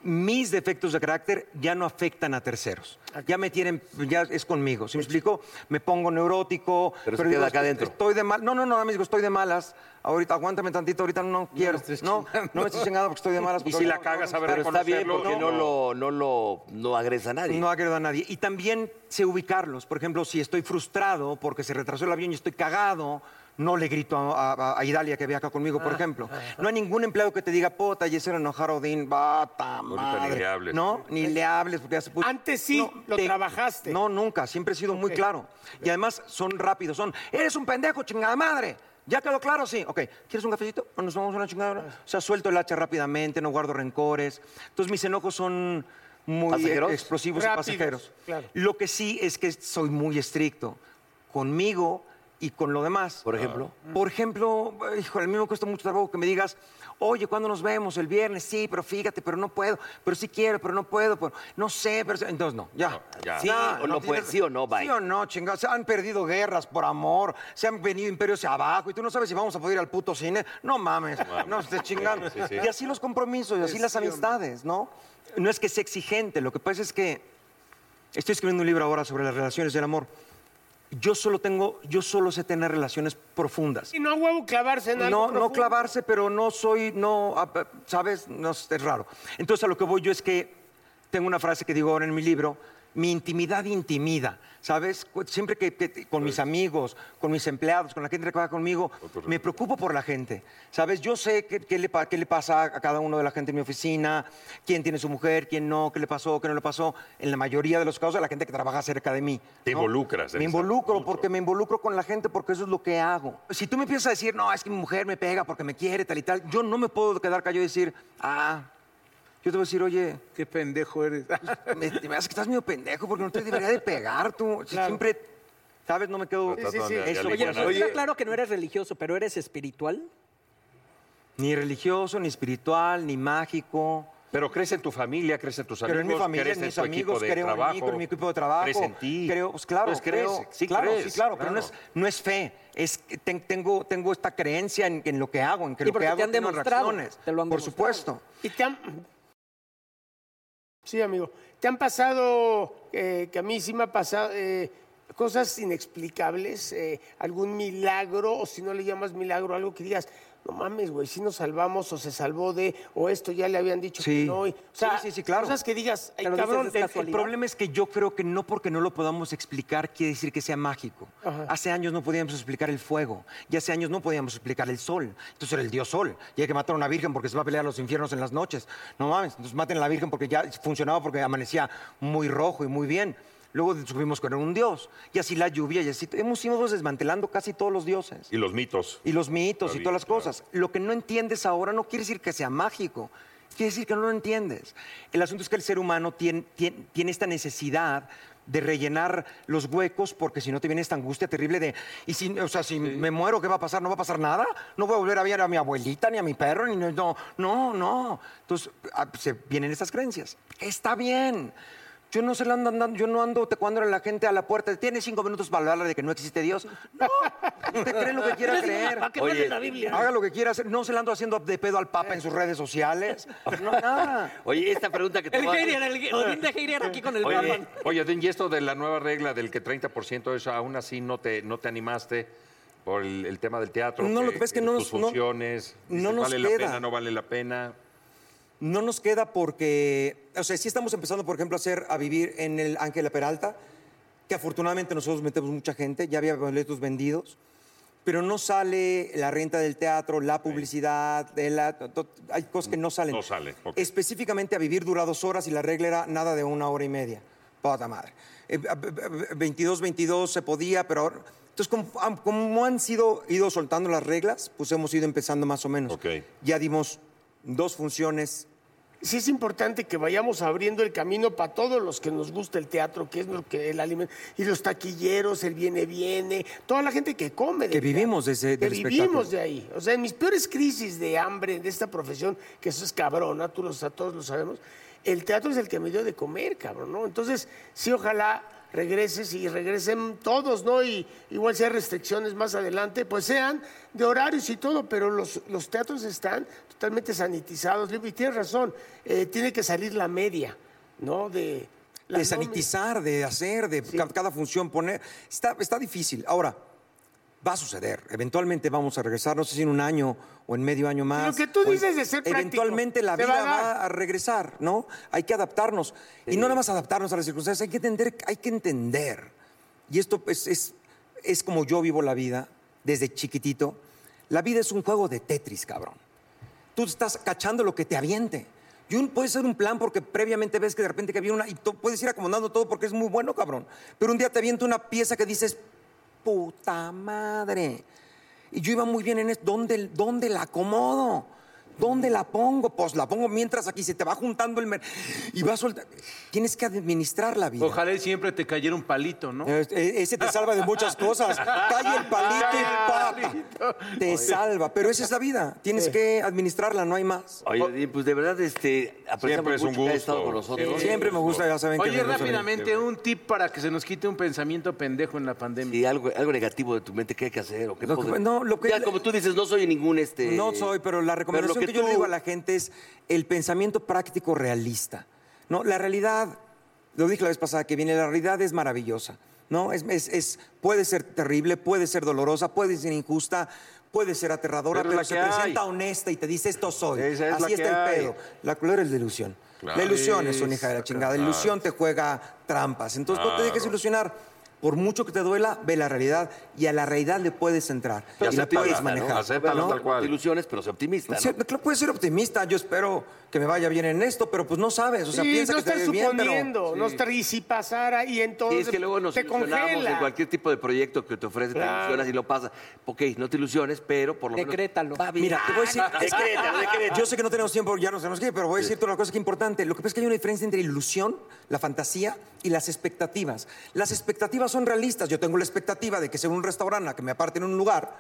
[SPEAKER 7] Mis defectos de carácter ya no afectan a terceros. Ya me tienen, ya es conmigo. ¿Sí me explico? Me pongo neurótico.
[SPEAKER 3] Pero se queda
[SPEAKER 7] digo,
[SPEAKER 3] acá
[SPEAKER 7] "Est-
[SPEAKER 3] adentro".
[SPEAKER 7] Estoy de mal. No, no, no, amigo, estoy de malas. Ahorita, aguántame tantito, ahorita no quiero. No, no, me estoy chingando porque estoy de malas.
[SPEAKER 3] [laughs] Y
[SPEAKER 7] porque
[SPEAKER 3] si la
[SPEAKER 7] ahorita-
[SPEAKER 3] cagas, a ver,
[SPEAKER 7] Pero
[SPEAKER 3] está bien porque no,
[SPEAKER 7] ¿no?
[SPEAKER 3] lo, no lo no agresa a nadie.
[SPEAKER 7] No agrego a nadie. Y también sé ubicarlos. Por ejemplo, si estoy frustrado porque se retrasó el avión y estoy cagado, no le grito a, a- a Idalia que viaja conmigo, por
[SPEAKER 9] Ah,
[SPEAKER 7] ejemplo. No hay ningún empleado que te diga, puta, ya hicieron enojar a Odín, bata,
[SPEAKER 9] Ahorita ni
[SPEAKER 7] madre.
[SPEAKER 9] le hables.
[SPEAKER 7] No, ni le hables porque ya se puso-
[SPEAKER 2] Antes sí,
[SPEAKER 7] No,
[SPEAKER 2] lo
[SPEAKER 7] te-
[SPEAKER 2] trabajaste.
[SPEAKER 7] No, nunca, siempre he sido muy
[SPEAKER 2] Ok.
[SPEAKER 7] claro. Y además son rápidos, son, eres un pendejo, chingada madre. ¿Ya quedó claro? Sí. Ok, ¿quieres un cafecito? ¿O nos vamos a una chingada? hora? O sea, suelto el hacha rápidamente, no guardo rencores. Entonces mis enojos son muy
[SPEAKER 3] ¿Pasajeros?
[SPEAKER 7] explosivos
[SPEAKER 3] Rápidos,
[SPEAKER 7] y pasajeros.
[SPEAKER 3] claro.
[SPEAKER 7] Lo que sí es que soy muy estricto conmigo y con lo demás. Por ejemplo. Por ejemplo, híjole, a mí me cuesta mucho trabajo que me digas, oye, ¿cuándo nos vemos? El viernes, sí, pero fíjate, pero no puedo, pero sí quiero, pero no puedo, pero no sé, pero sí". entonces no, ya.
[SPEAKER 3] ya. Sí o no puede,
[SPEAKER 7] tienes-
[SPEAKER 3] sí o no, bye.
[SPEAKER 7] Sí o no, chingados. Se han perdido guerras por amor, se han venido imperios hacia abajo y tú no sabes si vamos a poder ir al puto cine. No mames,
[SPEAKER 9] Mames.
[SPEAKER 7] no estés chingando.
[SPEAKER 9] Sí, sí, sí.
[SPEAKER 7] Y así los compromisos y así
[SPEAKER 9] Sí,
[SPEAKER 7] las
[SPEAKER 9] sí o no.
[SPEAKER 7] amistades, ¿no? No es que sea exigente, lo que pasa es que estoy escribiendo un libro ahora sobre las relaciones y el amor. Yo solo tengo, yo solo sé tener relaciones profundas.
[SPEAKER 2] Y no a huevo clavarse en algo
[SPEAKER 7] No, no
[SPEAKER 2] profundo.
[SPEAKER 7] clavarse, pero no soy, no, ah, ah, ¿sabes? No, es es raro. Entonces a lo que voy yo es que tengo una frase que digo ahora en mi libro, mi intimidad intimida, ¿sabes? Cu- Siempre que, que- con mis amigos, con mis empleados, con la gente que trabaja conmigo, me preocupo por la gente, ¿sabes? Yo sé qué, qué le, pa- qué le pasa a cada uno de la gente en mi oficina, quién tiene su mujer, quién no, qué le pasó, qué no le pasó. En la mayoría de los casos, la gente que trabaja cerca de mí.
[SPEAKER 4] Te
[SPEAKER 7] ¿no?
[SPEAKER 4] involucras en
[SPEAKER 7] Me
[SPEAKER 4] esa-
[SPEAKER 7] involucro porque me involucro con la gente porque eso es lo que hago. Si tú me empiezas a decir, no, es que mi mujer me pega porque me quiere, tal y tal, yo no me puedo quedar callado y decir, ah, yo te voy a decir, oye. Qué pendejo eres. [laughs] Me, me hace que estás medio pendejo porque no te debería de pegar tú. Si Siempre, ¿sabes? No me quedo.
[SPEAKER 5] Sí, sí, sí.
[SPEAKER 7] Eso,
[SPEAKER 5] Oye,
[SPEAKER 7] pues,
[SPEAKER 5] nos queda claro que no eres religioso, pero eres espiritual.
[SPEAKER 7] Ni religioso, ni espiritual, ni mágico.
[SPEAKER 4] Pero crees en tu familia, crees en tus
[SPEAKER 7] Pero
[SPEAKER 4] amigos,
[SPEAKER 7] en mi familia,
[SPEAKER 4] crees
[SPEAKER 7] en
[SPEAKER 4] en
[SPEAKER 7] mis
[SPEAKER 4] tu equipo
[SPEAKER 7] amigos,
[SPEAKER 4] de
[SPEAKER 7] creo
[SPEAKER 4] trabajo.
[SPEAKER 7] en mí, creo en mi equipo de trabajo.
[SPEAKER 4] Crees en ti.
[SPEAKER 7] Creo, pues claro,
[SPEAKER 4] Pues crees,
[SPEAKER 7] creo,
[SPEAKER 4] sí
[SPEAKER 7] claro,
[SPEAKER 4] crees,
[SPEAKER 7] sí, claro, pero no
[SPEAKER 4] claro.
[SPEAKER 7] es, no es fe, es que ten- tengo, tengo esta creencia en, en lo que hago, en que
[SPEAKER 5] Y
[SPEAKER 7] lo
[SPEAKER 5] porque
[SPEAKER 7] que
[SPEAKER 5] te
[SPEAKER 7] hago
[SPEAKER 5] han
[SPEAKER 7] tiene unas
[SPEAKER 5] demostrado,
[SPEAKER 7] reacciones.
[SPEAKER 5] te lo han
[SPEAKER 7] por
[SPEAKER 5] demostrado.
[SPEAKER 7] supuesto.
[SPEAKER 2] Y te han... Sí, amigo. ¿Te han pasado, eh, que a mí sí me ha pasado, eh, cosas inexplicables, eh, algún milagro, o si no le llamas milagro, algo que digas, no mames, güey, si nos salvamos o se salvó de, o esto ya le habían dicho que
[SPEAKER 7] Sí.
[SPEAKER 2] no. y- o sea,
[SPEAKER 7] Sí, sí, sí, claro.
[SPEAKER 2] cosas que digas, ay,
[SPEAKER 7] Pero
[SPEAKER 2] cabrón,
[SPEAKER 7] dices, el, el problema es que yo creo que no porque no lo podamos explicar quiere decir que sea mágico. Hace años no podíamos explicar el fuego y hace años no podíamos explicar el sol. Entonces era el dios sol y hay que matar a una virgen porque se va a pelear a los infiernos en las noches. No mames, entonces maten a la virgen porque ya funcionaba porque amanecía muy rojo y muy bien. Luego descubrimos que era un dios y así la lluvia y así hemos ido desmantelando casi todos los dioses.
[SPEAKER 4] Y los mitos.
[SPEAKER 7] Y los mitos
[SPEAKER 4] Está
[SPEAKER 7] y todas las
[SPEAKER 4] bien,
[SPEAKER 7] cosas. Lo que no entiendes ahora no quiere decir que sea mágico, quiere decir que no lo entiendes. El asunto es que el ser humano tien- tien- tiene, esta necesidad de rellenar los huecos porque si no te viene esta angustia terrible de y si o sea si me muero qué va a pasar no va a pasar nada no voy a volver a ver a mi abuelita ni a mi perro ni no no no, no. entonces ah, se vienen estas creencias está bien yo no se la ando andando, yo no ando tecuándole a la gente a la puerta. Tiene cinco minutos para hablarle de que no existe Dios. No, usted cree lo que quiera
[SPEAKER 9] Yo digo,
[SPEAKER 7] creer.
[SPEAKER 9] ¿para qué Oye, vale la Biblia?
[SPEAKER 7] Haga lo que quiera hacer. No se la ando haciendo de pedo al Papa en sus redes sociales. No, nada.
[SPEAKER 3] Oye, esta pregunta que te
[SPEAKER 5] El
[SPEAKER 3] voy a hacer-
[SPEAKER 5] Heirier, el Odín de Heirier aquí con el
[SPEAKER 4] Oye,
[SPEAKER 5] Batman.
[SPEAKER 4] oye, Dean, y esto de la nueva regla del que 30% es, aún así no te, no te animaste por el, el tema del teatro.
[SPEAKER 7] No, lo que pasa es que no nos-
[SPEAKER 4] tus
[SPEAKER 7] no-
[SPEAKER 4] funciones,
[SPEAKER 7] no
[SPEAKER 4] dices,
[SPEAKER 7] nos
[SPEAKER 4] vale la
[SPEAKER 7] queda.
[SPEAKER 4] pena, no vale la pena.
[SPEAKER 7] no nos queda porque, o sea, sí estamos empezando, por ejemplo, a hacer, a vivir en el Ángela Peralta, que afortunadamente nosotros metemos mucha gente, ya había boletos vendidos, pero no sale la renta del teatro, la publicidad, de la- to- to- hay cosas que no salen.
[SPEAKER 4] No sale, ok.
[SPEAKER 7] Específicamente a vivir dura dos horas y la regla era nada de una hora y media. Puta madre. Eh, a- a- a- 22, 22 se podía, pero ahora... Entonces, como, am- como han sido, ido soltando las reglas, pues hemos ido empezando más o menos. Ya dimos dos funciones
[SPEAKER 2] sí es importante que vayamos abriendo el camino para todos los que nos gusta el teatro, que es lo que el alimento, y los taquilleros, el viene viene, toda la gente que come.
[SPEAKER 7] Que vivimos de ese-
[SPEAKER 2] que
[SPEAKER 7] del
[SPEAKER 2] vivimos
[SPEAKER 7] espectáculo.
[SPEAKER 2] de ahí. O sea, en mis peores crisis de hambre de esta profesión, que eso es cabrona, tú los, a todos lo sabemos, el teatro es el que me dio de comer, cabrón, ¿no? Entonces, sí, ojalá regreses y regresen todos, ¿no? Y igual si hay restricciones más adelante, pues sean de horarios y todo, pero los, los teatros están totalmente sanitizados. Y tienes razón, eh, tiene que salir la media, ¿no? De, la
[SPEAKER 7] de
[SPEAKER 2] nómina.
[SPEAKER 7] sanitizar, de hacer, de ca- cada función poner. Está, está difícil. Ahora, va a suceder. Eventualmente vamos a regresar, no sé si en un año o en medio año más.
[SPEAKER 2] Lo que tú
[SPEAKER 7] o en-
[SPEAKER 2] dices de ser práctico,
[SPEAKER 7] Eventualmente la
[SPEAKER 2] se
[SPEAKER 7] vida
[SPEAKER 2] va a
[SPEAKER 7] va
[SPEAKER 2] dar.
[SPEAKER 7] a, regresar, ¿no? Hay que adaptarnos. Y no nada más adaptarnos a las circunstancias, hay que entender. Hay que entender. Y esto pues, es, es como yo vivo la vida. desde chiquitito, la vida es un juego de Tetris, cabrón. Tú estás cachando lo que te aviente. Y un, puede ser un plan porque previamente ves que de repente que viene una... Y tú puedes ir acomodando todo porque es muy bueno, cabrón. Pero un día te avienta una pieza que dices, puta madre. Y yo iba muy bien en esto. ¿Dónde, dónde la acomodo? ¿Dónde la pongo? Pues la pongo mientras aquí se te va juntando el... mer- y vas soltando... Tienes que administrar la vida.
[SPEAKER 9] Ojalá y siempre te cayera un palito, ¿no?
[SPEAKER 7] Eh,
[SPEAKER 3] e,
[SPEAKER 7] eh, Ese te salva de muchas
[SPEAKER 9] [laughs]
[SPEAKER 7] cosas. Cae el palito y pata. Te salva. Pero esa es la vida. Tienes que administrarla, no hay más.
[SPEAKER 3] Oye, Di, pues de verdad, este, apreciamos
[SPEAKER 7] Siempre es un
[SPEAKER 3] mucho que haya
[SPEAKER 7] gusto.
[SPEAKER 3] estado con nosotros.
[SPEAKER 7] Sí, siempre me gusta, ya saben que
[SPEAKER 9] Oye,
[SPEAKER 7] me gusta.
[SPEAKER 9] rápidamente, un tip para que se nos quite un pensamiento pendejo en la pandemia.
[SPEAKER 3] Y algo, algo negativo de tu mente, ¿qué hay que hacer? ¿O qué
[SPEAKER 9] Lo que-
[SPEAKER 3] podemos-
[SPEAKER 9] no, lo que-
[SPEAKER 3] Pues, ya, como tú dices, no soy ningún este.
[SPEAKER 7] No
[SPEAKER 10] Eh,
[SPEAKER 7] soy, pero la recomendación
[SPEAKER 3] lo
[SPEAKER 7] que,
[SPEAKER 3] que
[SPEAKER 7] yo le
[SPEAKER 3] tú-
[SPEAKER 7] digo a la gente es el pensamiento práctico realista. No, la realidad, lo dije la vez pasada que viene, la realidad es maravillosa. ¿no? Es, es- es- puede ser terrible, puede ser dolorosa, puede ser injusta, puede ser aterradora,
[SPEAKER 10] Pero
[SPEAKER 7] pero,
[SPEAKER 10] es la que
[SPEAKER 7] se
[SPEAKER 10] hay.
[SPEAKER 7] presenta honesta y te dice esto soy.
[SPEAKER 10] Esa es la
[SPEAKER 7] Así
[SPEAKER 10] que
[SPEAKER 7] está el
[SPEAKER 10] hay.
[SPEAKER 7] pedo. La culera es la ilusión.
[SPEAKER 10] Claro.
[SPEAKER 7] La ilusión es una hija de la chingada. La
[SPEAKER 10] Claro.
[SPEAKER 7] ilusión te juega trampas. Entonces no te dejes
[SPEAKER 10] Claro.
[SPEAKER 7] ilusionar. Por mucho que te duela, ve la realidad y a la realidad le puedes entrar y,
[SPEAKER 3] Y
[SPEAKER 7] la
[SPEAKER 3] acéptala,
[SPEAKER 7] puedes
[SPEAKER 3] ¿no?
[SPEAKER 7] manejar.
[SPEAKER 3] Acéptala
[SPEAKER 7] ¿no?
[SPEAKER 3] tal cual. Ilusiones, pero sé optimista. ¿no?
[SPEAKER 7] Sí, claro, puedes ser optimista, yo espero que me vaya bien en esto, pero pues no sabes, o sea,
[SPEAKER 2] Sí,
[SPEAKER 7] piensa
[SPEAKER 2] no
[SPEAKER 7] que te
[SPEAKER 2] estás
[SPEAKER 7] va a ir bien, pero-
[SPEAKER 2] suponiendo, no estás y si pasara y
[SPEAKER 3] Sí,
[SPEAKER 2] entonces
[SPEAKER 3] es que luego nos
[SPEAKER 2] te
[SPEAKER 3] ilusionamos en
[SPEAKER 2] congela.
[SPEAKER 3] cualquier tipo de proyecto que te ofrece, te
[SPEAKER 2] Claro.
[SPEAKER 3] ilusionas y lo pasas. Ok, no te ilusiones, pero por lo menos. va bien. Ah,
[SPEAKER 7] Mira, te voy a decir,
[SPEAKER 3] Decrétalo, decrétalo.
[SPEAKER 7] yo sé que no tenemos tiempo, ya no tenemos que ir, pero voy a decirte una cosa que es importante. Lo que pasa es que hay una diferencia entre ilusión, la fantasía y las expectativas. Las expectativas son realistas. Yo tengo la expectativa de que sea un restaurante a que me aparten un lugar,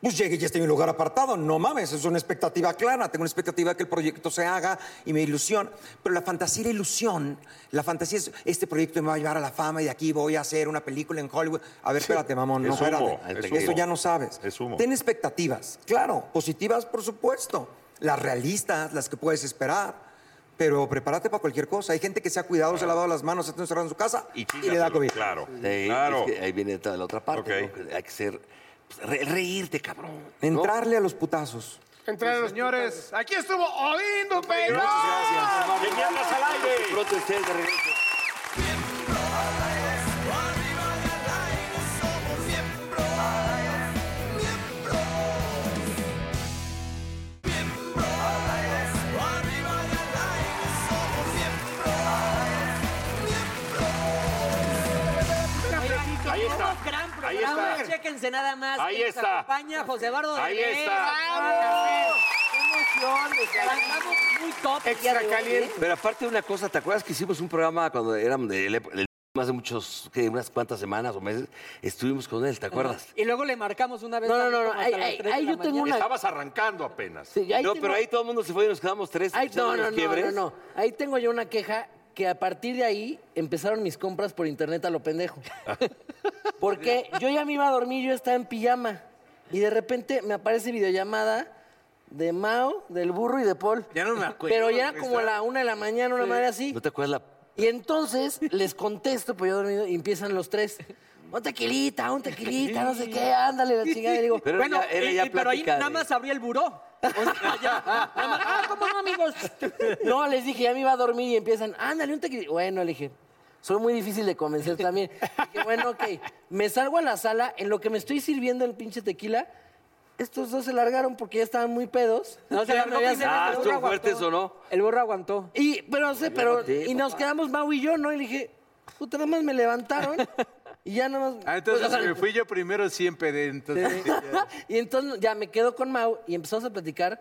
[SPEAKER 7] pues llegue y ya esté en un lugar apartado. No mames, es una expectativa clara. Tengo una expectativa de que el proyecto se haga y me ilusión. Pero la fantasía y la ilusión, la fantasía es este proyecto me va a llevar a la fama y de aquí voy a hacer una película en Hollywood. A ver, espérate, mamón, no,
[SPEAKER 3] Es humo,
[SPEAKER 7] espérate.
[SPEAKER 3] es humo.
[SPEAKER 7] Esto ya no sabes.
[SPEAKER 3] Es humo.
[SPEAKER 7] Ten expectativas, claro, positivas por supuesto, las realistas, las que puedes esperar, pero prepárate para cualquier cosa. Hay gente que se ha cuidado, se ha lavado las manos, se ha encerrado en su casa y, le da COVID.
[SPEAKER 3] Claro. ahí viene toda la otra parte. ¿no? Que Hay que ser. pues, re- reírte, cabrón.
[SPEAKER 7] Entrarle a los putazos.
[SPEAKER 2] Entrar señores, aquí estuvo Odindo Pelón.
[SPEAKER 3] Señalas al aire. Pronto estés de regreso.
[SPEAKER 11] Ahí está. Ahí está.
[SPEAKER 12] Chéquense nada más.
[SPEAKER 11] Ahí
[SPEAKER 12] que nos
[SPEAKER 11] está.
[SPEAKER 12] acompaña José Eduardo
[SPEAKER 11] Ahí
[SPEAKER 12] Derbez.
[SPEAKER 11] está.
[SPEAKER 12] ¡Bravo! ¡Qué emoción! Estamos muy top. el día de hoy, ¿eh?
[SPEAKER 3] Pero aparte de una cosa, ¿te acuerdas que hicimos un programa cuando éramos de la epo- del- hace muchos, ¿qué? unas cuantas semanas o meses? Estuvimos con él, ¿te acuerdas?
[SPEAKER 12] Y luego le marcamos una vez.
[SPEAKER 3] No, no,
[SPEAKER 12] también
[SPEAKER 3] no, no,
[SPEAKER 12] como hasta
[SPEAKER 3] ahí-
[SPEAKER 12] las
[SPEAKER 3] ahí-
[SPEAKER 12] tres de
[SPEAKER 3] ahí
[SPEAKER 12] la
[SPEAKER 3] yo tengo
[SPEAKER 12] mañana.
[SPEAKER 3] una-
[SPEAKER 9] Estabas arrancando apenas.
[SPEAKER 3] no, pero ahí todo el mundo se fue y nos quedamos tres.
[SPEAKER 8] Ay,
[SPEAKER 3] escuchando
[SPEAKER 8] no, no,
[SPEAKER 3] los
[SPEAKER 8] no, no,
[SPEAKER 3] quiebres.
[SPEAKER 8] no. Ahí tengo yo una queja que a partir de ahí empezaron mis compras por internet a
[SPEAKER 3] [laughs]
[SPEAKER 8] lo pendejo. Porque yo ya me iba a dormir, yo estaba en pijama. Y de repente me aparece videollamada de Mao, del burro y de Paul. Ya no me
[SPEAKER 3] acuerdo,
[SPEAKER 8] Pero ya era
[SPEAKER 3] güey,
[SPEAKER 8] como a
[SPEAKER 3] está-
[SPEAKER 8] la una de la mañana, una madre así.
[SPEAKER 3] ¿No te acuerdas la
[SPEAKER 8] Y entonces les contesto, pues yo dormido, y empiezan los tres. Un tequilita, un tequilita, no sé qué, ándale, la chingada. Y digo, eh,
[SPEAKER 3] Pero
[SPEAKER 12] bueno, y- y- pero ahí nada más abrí el buró.
[SPEAKER 8] Ah, ¿cómo no, amigos? No, les dije, ya me iba a dormir y empiezan, ándale, un tequila. Bueno, le dije, soy muy difícil de convencer también. Dije, bueno, ok. Me salgo a la sala, en lo que me estoy sirviendo el pinche tequila, estos dos se largaron porque ya estaban muy pedos.
[SPEAKER 12] No, se
[SPEAKER 8] Ya
[SPEAKER 12] largó
[SPEAKER 8] me había
[SPEAKER 12] Vicente,
[SPEAKER 3] ah,
[SPEAKER 8] cerrado.
[SPEAKER 12] el burro aguantó. El burro aguantó.
[SPEAKER 8] Y, pero, sé, pero, y nos quedamos Mau y yo, ¿no? Y le dije, puta, nada más me levantaron y ya nada
[SPEAKER 12] [laughs]
[SPEAKER 8] más...
[SPEAKER 9] Ah, [laughs] entonces
[SPEAKER 8] pues, o sea,
[SPEAKER 9] me fui yo primero siempre. de- entonces,
[SPEAKER 8] y entonces ya me quedo con Mau y empezamos a platicar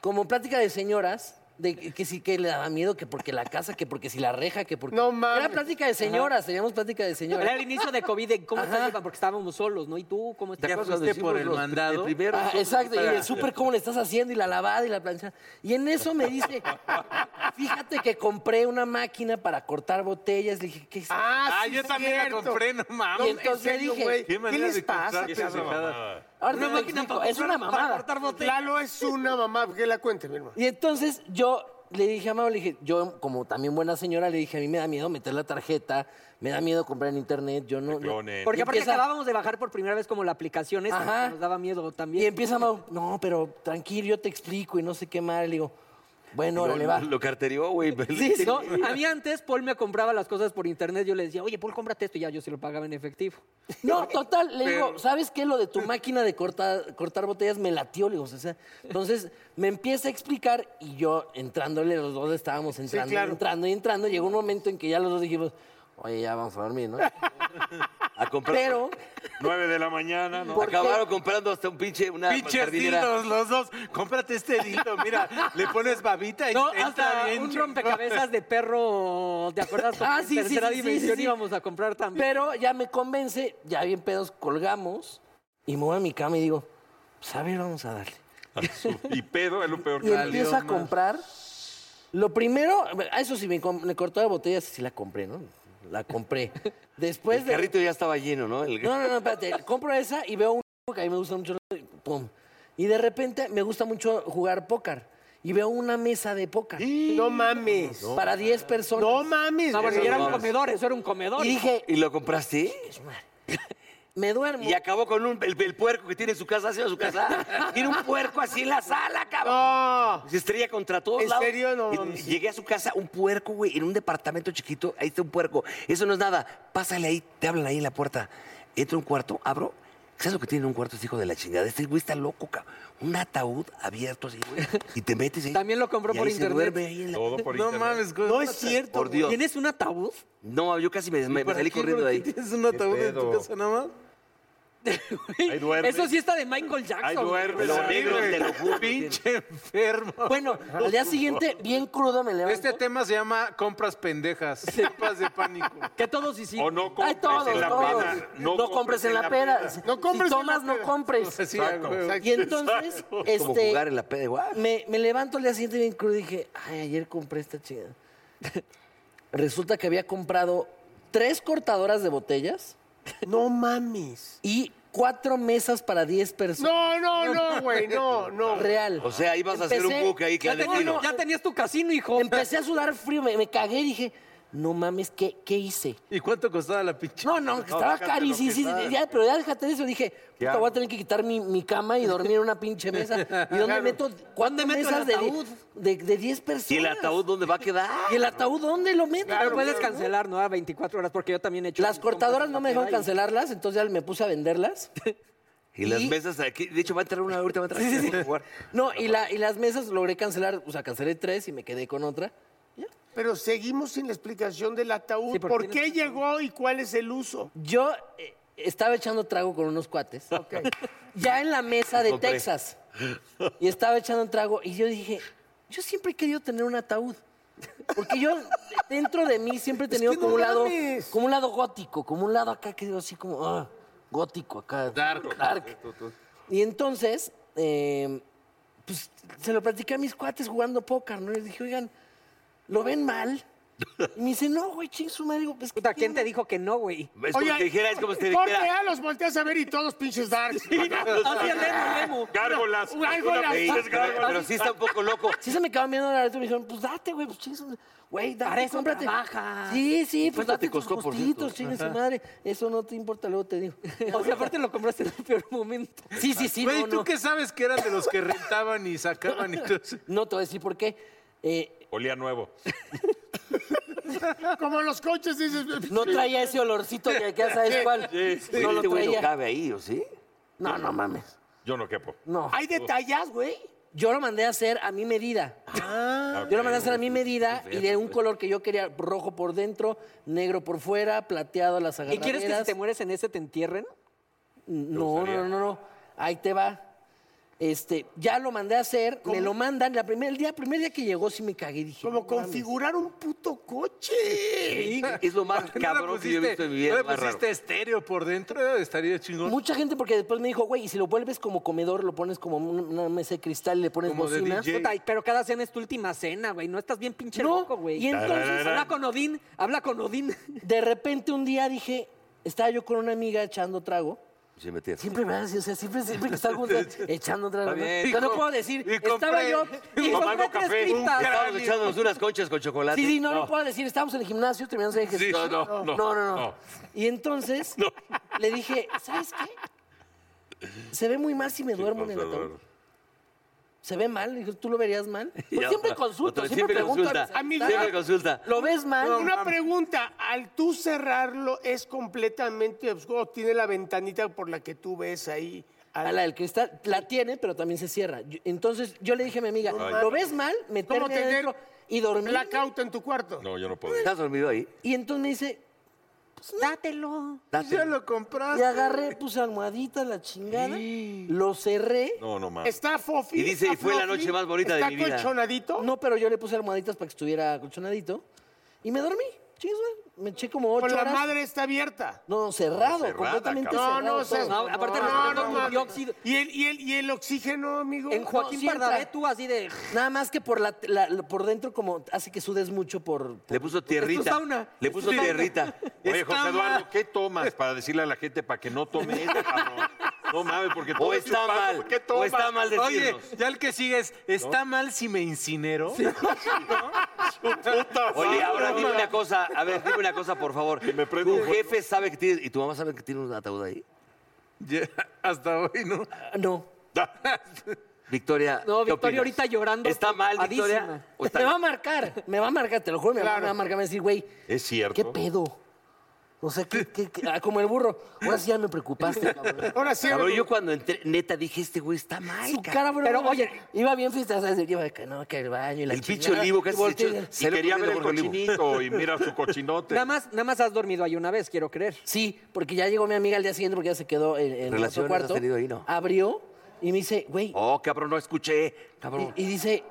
[SPEAKER 8] como plática de señoras, de que, que sí que le daba miedo, que porque la casa, que porque si la reja, que porque... No mames. Era plática de señoras,
[SPEAKER 12] Ajá.
[SPEAKER 8] teníamos plática de señoras.
[SPEAKER 12] Era el inicio de COVID, de cómo estás, Iván, porque estábamos solos, ¿no? ¿Y tú cómo estás?
[SPEAKER 8] Ah, exacto, y el súper cómo le estás haciendo y la lavada y la plancha. Y en eso me dice, fíjate que compré una máquina para cortar botellas. Le dije, ¿qué es
[SPEAKER 9] Ah, yo también la compré, no mames.
[SPEAKER 8] Y entonces le dije,
[SPEAKER 9] manera de comprar esa mamada?
[SPEAKER 8] Ahora te lo explico, es una mamada.
[SPEAKER 2] Lalo es una mamada, que la cuente, mi hermano.
[SPEAKER 8] Y entonces yo le dije a Mau, le dije, yo como también buena señora, le dije, a mí me da miedo meter la tarjeta, me da miedo comprar en internet, yo no... no".
[SPEAKER 12] Porque
[SPEAKER 8] Y
[SPEAKER 12] aparte
[SPEAKER 8] empieza-
[SPEAKER 12] acabábamos de bajar por primera vez como la aplicación esa,
[SPEAKER 8] Ajá.
[SPEAKER 12] que nos daba miedo también.
[SPEAKER 8] Y empieza Mau, no, pero tranquilo, yo te explico y no sé qué mal. Le digo, Bueno,
[SPEAKER 3] Lo-
[SPEAKER 8] órale, va.
[SPEAKER 3] Lo carterió, güey.
[SPEAKER 8] Sí, sí.
[SPEAKER 3] ¿no?
[SPEAKER 8] A mí antes Paul me compraba las cosas por internet. Yo le decía, oye, Paul, cómprate esto. Y ya yo se lo pagaba en efectivo. No, total, le digo,
[SPEAKER 3] Pero-
[SPEAKER 8] ¿sabes qué? Lo de tu máquina de cortar, cortar botellas me latió. Le digo, o sea, entonces me empieza a explicar y yo entrándole, los dos estábamos entrando, y
[SPEAKER 3] claro.
[SPEAKER 8] entrando y entrando. Llegó un momento en que ya los dos dijimos, oye, ya vamos a dormir, [laughs] ¿no?
[SPEAKER 3] A comprar.
[SPEAKER 8] Pero-
[SPEAKER 3] Nueve de la mañana,
[SPEAKER 8] ¿Por qué?
[SPEAKER 3] Acabaron comprando hasta un pinche, una
[SPEAKER 9] Pinches
[SPEAKER 3] jardinera.
[SPEAKER 9] dildos los dos. Cómprate este dildo, mira. Le pones babita y
[SPEAKER 8] No,
[SPEAKER 9] está
[SPEAKER 8] hasta
[SPEAKER 9] bien
[SPEAKER 8] un
[SPEAKER 9] chingón.
[SPEAKER 8] rompecabezas de perro, ¿te acuerdas?
[SPEAKER 9] Ah,
[SPEAKER 8] En
[SPEAKER 9] sí, sí,
[SPEAKER 8] tercera
[SPEAKER 9] sí, sí,
[SPEAKER 8] dimensión
[SPEAKER 9] sí, sí.
[SPEAKER 8] íbamos a comprar también. Pero ya me convence, ya bien pedos, colgamos y me voy a mi cama y digo, pues a ver, vamos a darle.
[SPEAKER 4] Y pedo es lo peor
[SPEAKER 8] Y empiezo a comprar. Lo primero, a eso sí, me, com- me cortó la botella, sí la compré, ¿no? La [laughs] compré. Después
[SPEAKER 3] El
[SPEAKER 8] de-
[SPEAKER 3] carrito ya estaba lleno, ¿no? El-
[SPEAKER 8] No, no, no, espérate. Compro esa y veo un que a mí me gusta mucho. y Pum. Y de repente me gusta mucho jugar póker. Y veo una mesa de póker. No mames. Para 10 personas. No mames.
[SPEAKER 3] No, bueno, y era un comedor,
[SPEAKER 8] eso era un comedor. Y dije,
[SPEAKER 3] ¿Y lo compraste?
[SPEAKER 8] Me duermo.
[SPEAKER 3] Y acabó con un, el, el puerco que tiene en su casa, hacia su
[SPEAKER 8] [laughs]
[SPEAKER 3] casa. tiene un puerco así en la sala, cabrón. Se estrella contra todos
[SPEAKER 2] ¿En
[SPEAKER 3] lados.
[SPEAKER 2] serio? No
[SPEAKER 3] Y-
[SPEAKER 2] mames.
[SPEAKER 3] Llegué a su casa, un puerco, güey, en un departamento chiquito. Ahí está un puerco. Eso no es nada. Pásale ahí, te hablan ahí en la puerta. Entro a un cuarto, abro. ¿Sabes lo que tiene en un cuarto este hijo de la chingada? Este güey está loco, cabrón. Un ataúd abierto así, güey. Y te metes ahí.
[SPEAKER 8] También lo compró
[SPEAKER 3] Y
[SPEAKER 8] por
[SPEAKER 3] ahí se
[SPEAKER 8] internet.
[SPEAKER 3] duerme ahí en la- No mames, güey.
[SPEAKER 8] No es cierto.
[SPEAKER 3] Por Dios.
[SPEAKER 8] ¿Tienes un ataúd?
[SPEAKER 3] No, yo casi me, me
[SPEAKER 8] para
[SPEAKER 3] salí
[SPEAKER 8] qué,
[SPEAKER 3] corriendo de
[SPEAKER 8] güey?
[SPEAKER 3] ahí.
[SPEAKER 8] ¿Tienes un ataúd en tu casa
[SPEAKER 3] nada más? Ahí duerme.
[SPEAKER 8] Eso sí está de Michael Jackson.
[SPEAKER 3] Ay, duerme,
[SPEAKER 8] güey.
[SPEAKER 3] Lo sí, negro, güey. te lo juro.
[SPEAKER 9] Pinche enfermo.
[SPEAKER 8] Bueno, al día siguiente, bien crudo me levanto.
[SPEAKER 9] Este tema se llama compras pendejas. Compras de pánico.
[SPEAKER 8] Que todos hicimos.
[SPEAKER 9] O no
[SPEAKER 8] Ay, todos, todos. No, compres en la peda.
[SPEAKER 9] No compres
[SPEAKER 8] si
[SPEAKER 9] en la
[SPEAKER 8] tomas, no
[SPEAKER 9] peda.
[SPEAKER 8] compres.
[SPEAKER 9] Sí, Exacto, güey. exacto.
[SPEAKER 8] Y entonces,
[SPEAKER 9] Exacto.
[SPEAKER 3] [laughs]
[SPEAKER 8] este,
[SPEAKER 3] Como jugar en la peda igual.
[SPEAKER 8] Me, me levanto al día siguiente bien crudo y dije, ay, ayer compré esta chida. [laughs] Resulta que había comprado tres cortadoras de botellas. No mames. Y cuatro mesas para diez personas.
[SPEAKER 2] No, no, no, güey, no, no.
[SPEAKER 8] Real.
[SPEAKER 3] O sea, ibas a hacer un buque ahí
[SPEAKER 8] ya
[SPEAKER 3] clandestino.
[SPEAKER 8] tenías- ya tenías tu casino, hijo. Empecé a sudar frío, me, me cagué y dije, no mames, ¿qué, qué hice?
[SPEAKER 9] ¿Y cuánto costaba la pinche?
[SPEAKER 8] No, no, que estaba
[SPEAKER 9] déjate lo
[SPEAKER 8] carísimo,
[SPEAKER 9] que
[SPEAKER 8] sí, sí,
[SPEAKER 9] está.
[SPEAKER 8] ya, pero ya déjate de eso. Dije,
[SPEAKER 9] ¿Qué
[SPEAKER 8] puta,
[SPEAKER 9] hago?
[SPEAKER 8] voy a tener que quitar mi, mi cama y dormir en una pinche mesa. ¿Y dónde
[SPEAKER 3] Claro.
[SPEAKER 8] meto cuántas
[SPEAKER 3] meto el
[SPEAKER 8] mesas de,
[SPEAKER 3] ataúd?
[SPEAKER 8] de, de 10 personas?
[SPEAKER 3] ¿Y el ataúd dónde va a quedar?
[SPEAKER 8] ¿Y el ataúd dónde lo meto?
[SPEAKER 3] Claro, Pero puedes claro.
[SPEAKER 8] cancelar, ¿no? A 24 horas, porque yo también he hecho... Las cortadoras
[SPEAKER 2] Pues
[SPEAKER 8] no me dejaron cancelarlas, entonces ya me puse a
[SPEAKER 2] [laughs]
[SPEAKER 8] venderlas.
[SPEAKER 3] Y las mesas aquí. De hecho, va a entrar una ahorita, va a entrar.
[SPEAKER 8] No, y, la, y las mesas logré cancelar, o sea, cancelé tres y me quedé con otra.
[SPEAKER 2] Pero seguimos sin la explicación del ataúd.
[SPEAKER 8] Sí,
[SPEAKER 2] ¿Por,
[SPEAKER 8] ¿por qué
[SPEAKER 2] qué llegó y cuál es el uso?
[SPEAKER 8] Yo eh, estaba echando trago con unos cuates. [laughs] Ya en la mesa de
[SPEAKER 2] Compré.
[SPEAKER 8] Texas. Y estaba echando un trago y yo dije, yo siempre he querido tener un ataúd. Porque yo dentro de mí siempre he tenido
[SPEAKER 2] que
[SPEAKER 8] como
[SPEAKER 2] no
[SPEAKER 8] un lado
[SPEAKER 2] mames.
[SPEAKER 8] como un lado gótico, como un lado acá que digo así como ah, gótico acá. Dark. Y entonces, eh, pues se lo platiqué a mis cuates jugando póker, ¿no? Y les dije, oigan, ¿lo ven mal? Y me dice, no, güey, ching su madre. Digo, pues, ¿Quién te dijo que no, güey?
[SPEAKER 3] Es como si te dijera, es como si te
[SPEAKER 2] Corte
[SPEAKER 3] dijera.
[SPEAKER 2] A, los volteas a ver y todos pinches darks.
[SPEAKER 3] Así es, Lemo,
[SPEAKER 8] Lemo.
[SPEAKER 3] Gárgolas.
[SPEAKER 2] Una- Gárgolas.
[SPEAKER 3] Una pinche gárgola. Pero sí está un poco loco.
[SPEAKER 8] Sí se me quedaban viendo la letra y me dijeron, pues date, güey, pues chingues, güey, date,
[SPEAKER 3] Para eso
[SPEAKER 8] cómprate.
[SPEAKER 3] trabajas.
[SPEAKER 8] Sí, sí, pues
[SPEAKER 3] ¿Cuánto
[SPEAKER 8] date
[SPEAKER 3] te costó,
[SPEAKER 8] tus
[SPEAKER 3] por
[SPEAKER 8] gustitos,
[SPEAKER 3] cierto?
[SPEAKER 8] chingue su
[SPEAKER 3] Ajá.
[SPEAKER 8] madre. Eso no te importa, luego te digo. [laughs] O sea, aparte lo compraste en el peor momento. Sí, sí, sí,
[SPEAKER 9] Güey,
[SPEAKER 8] no,
[SPEAKER 9] ¿tú
[SPEAKER 8] no.
[SPEAKER 9] qué sabes que eran de los que rentaban y sacaban y todo
[SPEAKER 8] [laughs]
[SPEAKER 9] eso?
[SPEAKER 8] No te voy a decir por qué. Eh,
[SPEAKER 4] Olía nuevo.
[SPEAKER 2] Como los coches dices.
[SPEAKER 8] No traía ese olorcito que ya sabes cuál.
[SPEAKER 3] Oye,
[SPEAKER 8] No lo
[SPEAKER 3] este güey no
[SPEAKER 8] traía.
[SPEAKER 3] cabe ahí, ¿o sí?
[SPEAKER 8] No, no mames.
[SPEAKER 4] Yo no quepo.
[SPEAKER 8] No.
[SPEAKER 4] Hay detalles,
[SPEAKER 8] güey. Yo lo mandé a hacer a mi medida. Yo lo mandé a hacer a mi medida y de un color que yo quería, rojo por dentro, negro por fuera, plateado las
[SPEAKER 6] ¿Y
[SPEAKER 8] agarraderas.
[SPEAKER 6] quieres que si te mueres en ese te entierren?
[SPEAKER 8] No, no, no, no. Ahí te va. Este, ya lo mandé a hacer, me lo mandan. La primer, el día, primer día que llegó sí me cagué. Dije, Como
[SPEAKER 2] configurar un puto coche.
[SPEAKER 9] [laughs]
[SPEAKER 3] Es lo más
[SPEAKER 9] Nada
[SPEAKER 3] cabrón que yo he visto en mi vida.
[SPEAKER 9] ¿No le
[SPEAKER 3] lo más raro.
[SPEAKER 9] pusiste estéreo por dentro? Estaría chingón.
[SPEAKER 8] Mucha gente, porque después me dijo, güey, y si lo vuelves como comedor, lo pones como un- una mesa de cristal y le pones
[SPEAKER 9] Como de
[SPEAKER 8] bocinas.
[SPEAKER 9] DJ.
[SPEAKER 6] Puta, y- pero cada cena es tu última cena, güey. No estás bien pinche loco, güey.
[SPEAKER 8] y entonces-
[SPEAKER 6] Habla con Odín, habla con Odín.
[SPEAKER 8] De repente un día dije, estaba yo con una amiga echando trago.
[SPEAKER 3] Sí, me tienes.
[SPEAKER 8] Siempre me hace, o sea, siempre, siempre que salgo un- echando trago. ¿no? O sea, no puedo decir, estaba yo y compré tres pipas.
[SPEAKER 3] Estábamos echándonos unas conchas con chocolate.
[SPEAKER 8] Sí, sí, no, no,
[SPEAKER 3] No.
[SPEAKER 8] puedo decir, estábamos en el gimnasio, terminamos el ejercicio.
[SPEAKER 3] Sí, no, no,
[SPEAKER 8] no, no, Pues no.
[SPEAKER 3] no.
[SPEAKER 8] Y entonces le dije, ¿sabes qué? Se ve muy mal si me duermo en el ataúd. Se ve mal, Dijo, tú lo
[SPEAKER 3] [laughs]
[SPEAKER 8] verías mal. Pues
[SPEAKER 13] Ya,
[SPEAKER 8] siempre
[SPEAKER 13] otra-
[SPEAKER 8] consulto,
[SPEAKER 13] otra-
[SPEAKER 8] siempre, pregunto a
[SPEAKER 13] consulta.
[SPEAKER 8] mis amistades.
[SPEAKER 13] Siempre consulta.
[SPEAKER 8] ¿Lo ves mal?
[SPEAKER 2] Una pregunta, al tú cerrarlo es completamente oscuro, tiene la ventanita por la que tú ves ahí.
[SPEAKER 8] A la del cristal, la tiene, pero también se cierra. Yo- Entonces yo le dije a mi amiga,
[SPEAKER 2] No
[SPEAKER 8] ¿lo
[SPEAKER 2] mames.
[SPEAKER 8] ves mal? Meterme
[SPEAKER 2] ¿Cómo tener
[SPEAKER 8] adentro y dormir.
[SPEAKER 2] blackout en tu cuarto?
[SPEAKER 4] No, yo no puedo.
[SPEAKER 13] ¿Estás dormido ahí?
[SPEAKER 8] Y entonces me dice, pues dátelo.
[SPEAKER 13] Dátelo.
[SPEAKER 8] Ya lo compraste. Y agarré, puse almohadita, la chingada, lo cerré.
[SPEAKER 4] No, no más.
[SPEAKER 2] Está fofi.
[SPEAKER 13] Y dice,
[SPEAKER 2] está
[SPEAKER 13] "Y fue la
[SPEAKER 2] fluffy,
[SPEAKER 13] noche más bonita de
[SPEAKER 2] está
[SPEAKER 13] mi vida".
[SPEAKER 2] colchonadito.
[SPEAKER 8] No, pero yo le puse almohaditas para que estuviera colchonadito. Y me dormí. Chingues, madre. me eché como ocho
[SPEAKER 2] Con la
[SPEAKER 8] horas.
[SPEAKER 2] madre está abierta.
[SPEAKER 8] No, cerrado,
[SPEAKER 2] Cerrada,
[SPEAKER 8] completamente
[SPEAKER 2] cabrón.
[SPEAKER 8] cerrado.
[SPEAKER 2] No, no, seas-
[SPEAKER 8] todo.
[SPEAKER 2] No, aparte no, respetando no, tu mames. dióxido. ¿Y el, y, el, y el oxígeno, amigo.
[SPEAKER 8] En Joaquín Pardavé,
[SPEAKER 14] tú así de...
[SPEAKER 8] Nada más que por la, la- la- por dentro como hace que sudes mucho por...
[SPEAKER 13] Le puso
[SPEAKER 8] Es tu
[SPEAKER 13] tierrita.
[SPEAKER 8] sauna.
[SPEAKER 13] Le
[SPEAKER 8] Es tu
[SPEAKER 13] puso
[SPEAKER 8] sauna.
[SPEAKER 13] tierrita.
[SPEAKER 4] Oye, José
[SPEAKER 8] Está
[SPEAKER 4] Eduardo,
[SPEAKER 8] mal.
[SPEAKER 4] ¿qué tomas para decirle a la gente para que no tome [laughs] esto, cabrón? No mames, porque todo
[SPEAKER 13] O
[SPEAKER 4] es
[SPEAKER 13] está
[SPEAKER 4] chupando,
[SPEAKER 13] mal,
[SPEAKER 4] ¿qué
[SPEAKER 13] o
[SPEAKER 4] tomas?
[SPEAKER 13] está mal
[SPEAKER 9] Oye,
[SPEAKER 13] decirnos.
[SPEAKER 9] ya el que sigue es, ¿está mal si me incinero? [laughs]
[SPEAKER 13] Oye, ahora dime una cosa, a ver, dime una cosa, por favor. ¿Tu jefe sabe que tienes, y tu mamá sabe que tiene un ataúd ahí?
[SPEAKER 9] hasta hoy no.
[SPEAKER 8] No.
[SPEAKER 13] [laughs] Victoria.
[SPEAKER 14] Ah, No,
[SPEAKER 13] ¿qué
[SPEAKER 14] Victoria
[SPEAKER 13] opinas?
[SPEAKER 14] ahorita llorando.
[SPEAKER 13] ¿Está mal, Victoria?
[SPEAKER 14] preocupadísima.
[SPEAKER 13] ¿O está
[SPEAKER 8] Me
[SPEAKER 13] bien?
[SPEAKER 8] va a marcar, me va a marcar, te lo juro, me va a marcar, me va a decir, güey,
[SPEAKER 4] Es cierto.
[SPEAKER 8] ¿qué pedo? O sea, ¿qué, qué- qué- ah, como el burro. Ahora sí ya
[SPEAKER 14] [laughs]
[SPEAKER 8] me preocupaste, cabrón.
[SPEAKER 2] Ahora sí.
[SPEAKER 13] Cabrón, yo cuando entré, neta, dije, este güey está mal.
[SPEAKER 8] Su
[SPEAKER 13] cabrón.
[SPEAKER 8] cara, bro, Pero oye, iba bien fiesta, ¿sabes? Iba de que no, que el baño y la
[SPEAKER 13] El pinche
[SPEAKER 8] chingada,
[SPEAKER 13] olivo
[SPEAKER 8] y
[SPEAKER 13] que se
[SPEAKER 8] volteé
[SPEAKER 13] echó-
[SPEAKER 8] y-
[SPEAKER 13] se
[SPEAKER 4] Y
[SPEAKER 13] le
[SPEAKER 4] quería
[SPEAKER 13] pone
[SPEAKER 4] ver el
[SPEAKER 13] de borrelivo.
[SPEAKER 4] cochinito
[SPEAKER 8] [laughs]
[SPEAKER 4] y mira su cochinote.
[SPEAKER 14] Nada más, nada más has dormido ahí una vez, quiero creer.
[SPEAKER 8] Sí, porque ya llegó mi amiga al día siguiente porque ya se quedó en, en
[SPEAKER 13] Relaciones
[SPEAKER 8] otro cuarto.
[SPEAKER 13] has tenido ahí, ¿no?
[SPEAKER 8] Abrió y me dice, güey.
[SPEAKER 13] Oh, cabrón, no escuché. Cabrón.
[SPEAKER 8] Y, y dice,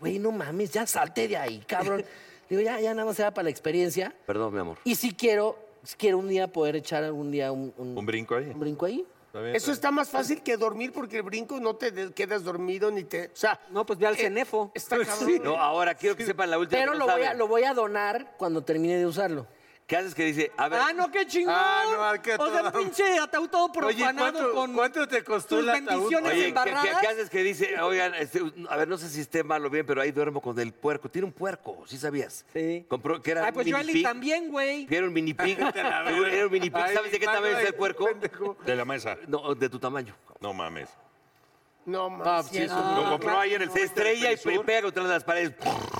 [SPEAKER 8] güey, no mames, ya salte de ahí, cabrón.
[SPEAKER 13] [laughs]
[SPEAKER 8] Digo, ya, ya nada más será para la experiencia.
[SPEAKER 13] Perdón, mi amor.
[SPEAKER 8] Y si quiero, si quiero un día poder echar algún día un,
[SPEAKER 4] Un brinco ahí.
[SPEAKER 8] un brinco ahí.
[SPEAKER 2] Eso está más fácil que dormir porque el brinco no te de- quedas dormido ni te. O sea. eh,
[SPEAKER 14] No, pues ve al cenefo.
[SPEAKER 2] Está cabrón.
[SPEAKER 13] No, ahora quiero que sepan la última.
[SPEAKER 8] Pero
[SPEAKER 13] que no
[SPEAKER 8] lo voy, a,
[SPEAKER 13] saben.
[SPEAKER 8] lo voy a donar cuando termine de usarlo.
[SPEAKER 13] ¿Qué haces que dice? A ver.
[SPEAKER 14] Ah, no, qué chingón.
[SPEAKER 9] Ah, no, al que
[SPEAKER 14] o sea,
[SPEAKER 9] todo.
[SPEAKER 14] pinche ataúd todo
[SPEAKER 9] Oye,
[SPEAKER 14] profanado
[SPEAKER 9] ¿cuánto,
[SPEAKER 14] con
[SPEAKER 9] cuánto te costó
[SPEAKER 14] tus
[SPEAKER 9] el ataúd?
[SPEAKER 14] bendiciones
[SPEAKER 13] Oye, ¿qué-
[SPEAKER 14] embarradas.
[SPEAKER 13] ¿qué, qué haces que dice? Oigan, este, a ver, no sé si esté mal o bien, pero ahí duermo con el puerco. Tiene un puerco, ¿sí sabías?
[SPEAKER 14] Sí.
[SPEAKER 13] Compró, que era
[SPEAKER 14] Ay,
[SPEAKER 13] un
[SPEAKER 14] pues
[SPEAKER 13] mini
[SPEAKER 14] Joely
[SPEAKER 13] pig.
[SPEAKER 14] también, güey.
[SPEAKER 13] Era un mini pig. era un mini pig. ¿Sabes de qué tamaño está el puerco?
[SPEAKER 4] De la mesa.
[SPEAKER 13] No, de tu tamaño. Ah,
[SPEAKER 4] No mames.
[SPEAKER 2] No mames.
[SPEAKER 9] sí, eso
[SPEAKER 4] Lo compró ahí en el
[SPEAKER 13] Se
[SPEAKER 4] centro del
[SPEAKER 13] estrella y
[SPEAKER 4] Perisur.
[SPEAKER 13] pe- pega contra las paredes. [laughs]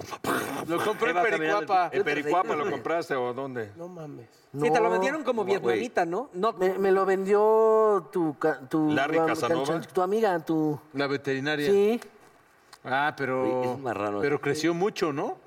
[SPEAKER 9] Lo compré
[SPEAKER 13] Ahí
[SPEAKER 9] en
[SPEAKER 13] va caminando el-
[SPEAKER 9] Pericuapa.
[SPEAKER 4] ¿En Pericuapa lo compraste o dónde?
[SPEAKER 2] No mames.
[SPEAKER 14] Sí, te lo
[SPEAKER 8] No,
[SPEAKER 14] vendieron como vietnamita, ¿no? No,
[SPEAKER 8] Me, me lo vendió tu... ca- tu
[SPEAKER 4] Larry
[SPEAKER 8] tu-
[SPEAKER 4] Casanova.
[SPEAKER 8] Tu amiga, tu...
[SPEAKER 9] La veterinaria.
[SPEAKER 8] Sí.
[SPEAKER 9] Ah, pero.
[SPEAKER 13] Oye, es marrano.
[SPEAKER 9] Pero creció mucho, ¿no?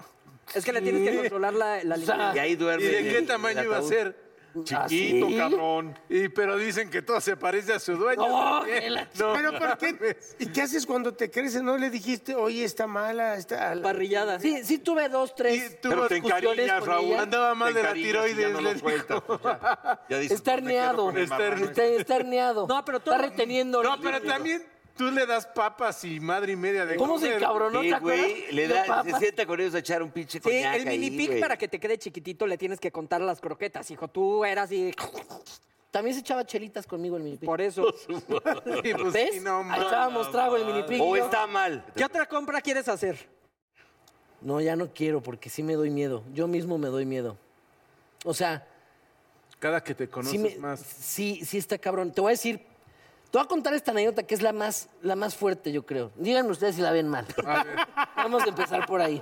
[SPEAKER 14] es que le tienes que controlar la, la alimentación.
[SPEAKER 13] Y ahí duerme.
[SPEAKER 9] ¿Y de
[SPEAKER 13] en el-
[SPEAKER 9] qué
[SPEAKER 13] en el
[SPEAKER 9] tamaño iba a
[SPEAKER 13] ataúd.
[SPEAKER 9] ser? ¿Ah,
[SPEAKER 4] Chiquito, cabrón.
[SPEAKER 9] Y pero dicen que todo se parece a su dueño.
[SPEAKER 13] ¡Oh,
[SPEAKER 9] también. No,
[SPEAKER 2] Pero ¿por qué? ¿Y qué haces cuando te crece? ¿No le dijiste, oye, está mala, está.
[SPEAKER 14] Parrillada.
[SPEAKER 8] Sí, sí tuve dos,
[SPEAKER 9] Y
[SPEAKER 8] tres.
[SPEAKER 9] tú
[SPEAKER 4] Pero
[SPEAKER 9] vas-
[SPEAKER 4] te encariñas,
[SPEAKER 8] con
[SPEAKER 4] Raúl.
[SPEAKER 8] ella.
[SPEAKER 9] Andaba mal
[SPEAKER 4] Te
[SPEAKER 9] de la
[SPEAKER 4] encariñas y ya
[SPEAKER 9] tiroides,
[SPEAKER 4] no
[SPEAKER 9] le
[SPEAKER 4] lo
[SPEAKER 9] digo.
[SPEAKER 4] sueltas, pues ya. Ya dices,
[SPEAKER 8] Está
[SPEAKER 4] pues, me quedo
[SPEAKER 8] herniado.
[SPEAKER 4] con el
[SPEAKER 9] Está
[SPEAKER 4] marrano.
[SPEAKER 9] herniado.
[SPEAKER 8] Está, está herneado.
[SPEAKER 14] No, pero todo-
[SPEAKER 8] Está reteniendo.
[SPEAKER 9] no,
[SPEAKER 8] el
[SPEAKER 9] pero
[SPEAKER 8] líquido.
[SPEAKER 9] también tú le das papas y madre y media de
[SPEAKER 8] ¿Cómo se
[SPEAKER 9] comer.
[SPEAKER 8] encabronó?
[SPEAKER 13] Sí,
[SPEAKER 8] ¿Te acuerdas?
[SPEAKER 13] güey. Le
[SPEAKER 8] De
[SPEAKER 13] da, se
[SPEAKER 8] papas.
[SPEAKER 13] sienta con ellos a echar un pinche
[SPEAKER 14] Sí,
[SPEAKER 13] coñac
[SPEAKER 14] el mini
[SPEAKER 13] ahí,
[SPEAKER 14] pig
[SPEAKER 13] güey.
[SPEAKER 14] para que te quede chiquitito le tienes que contar las croquetas, hijo. Tú eras y
[SPEAKER 8] También se echaba chelitas conmigo el mini pig.
[SPEAKER 14] por eso.
[SPEAKER 9] Y pues,
[SPEAKER 8] ¿Ves?
[SPEAKER 9] sí, no,
[SPEAKER 8] Ahí
[SPEAKER 9] mames.
[SPEAKER 8] estábamos trago el mini pig.
[SPEAKER 13] O
[SPEAKER 8] y yo-
[SPEAKER 13] está mal.
[SPEAKER 14] ¿Qué otra compra quieres hacer?
[SPEAKER 8] No, ya no quiero porque sí me doy miedo. Yo mismo me doy miedo. O sea,
[SPEAKER 9] Cada que te
[SPEAKER 8] sí,
[SPEAKER 9] conoces
[SPEAKER 8] me-
[SPEAKER 9] más.
[SPEAKER 8] sí, sí está cabrón. Te voy a decir, te voy a contar esta anécdota que es la más, la más fuerte, yo creo. Díganme ustedes si la ven mal. Vamos a empezar por ahí.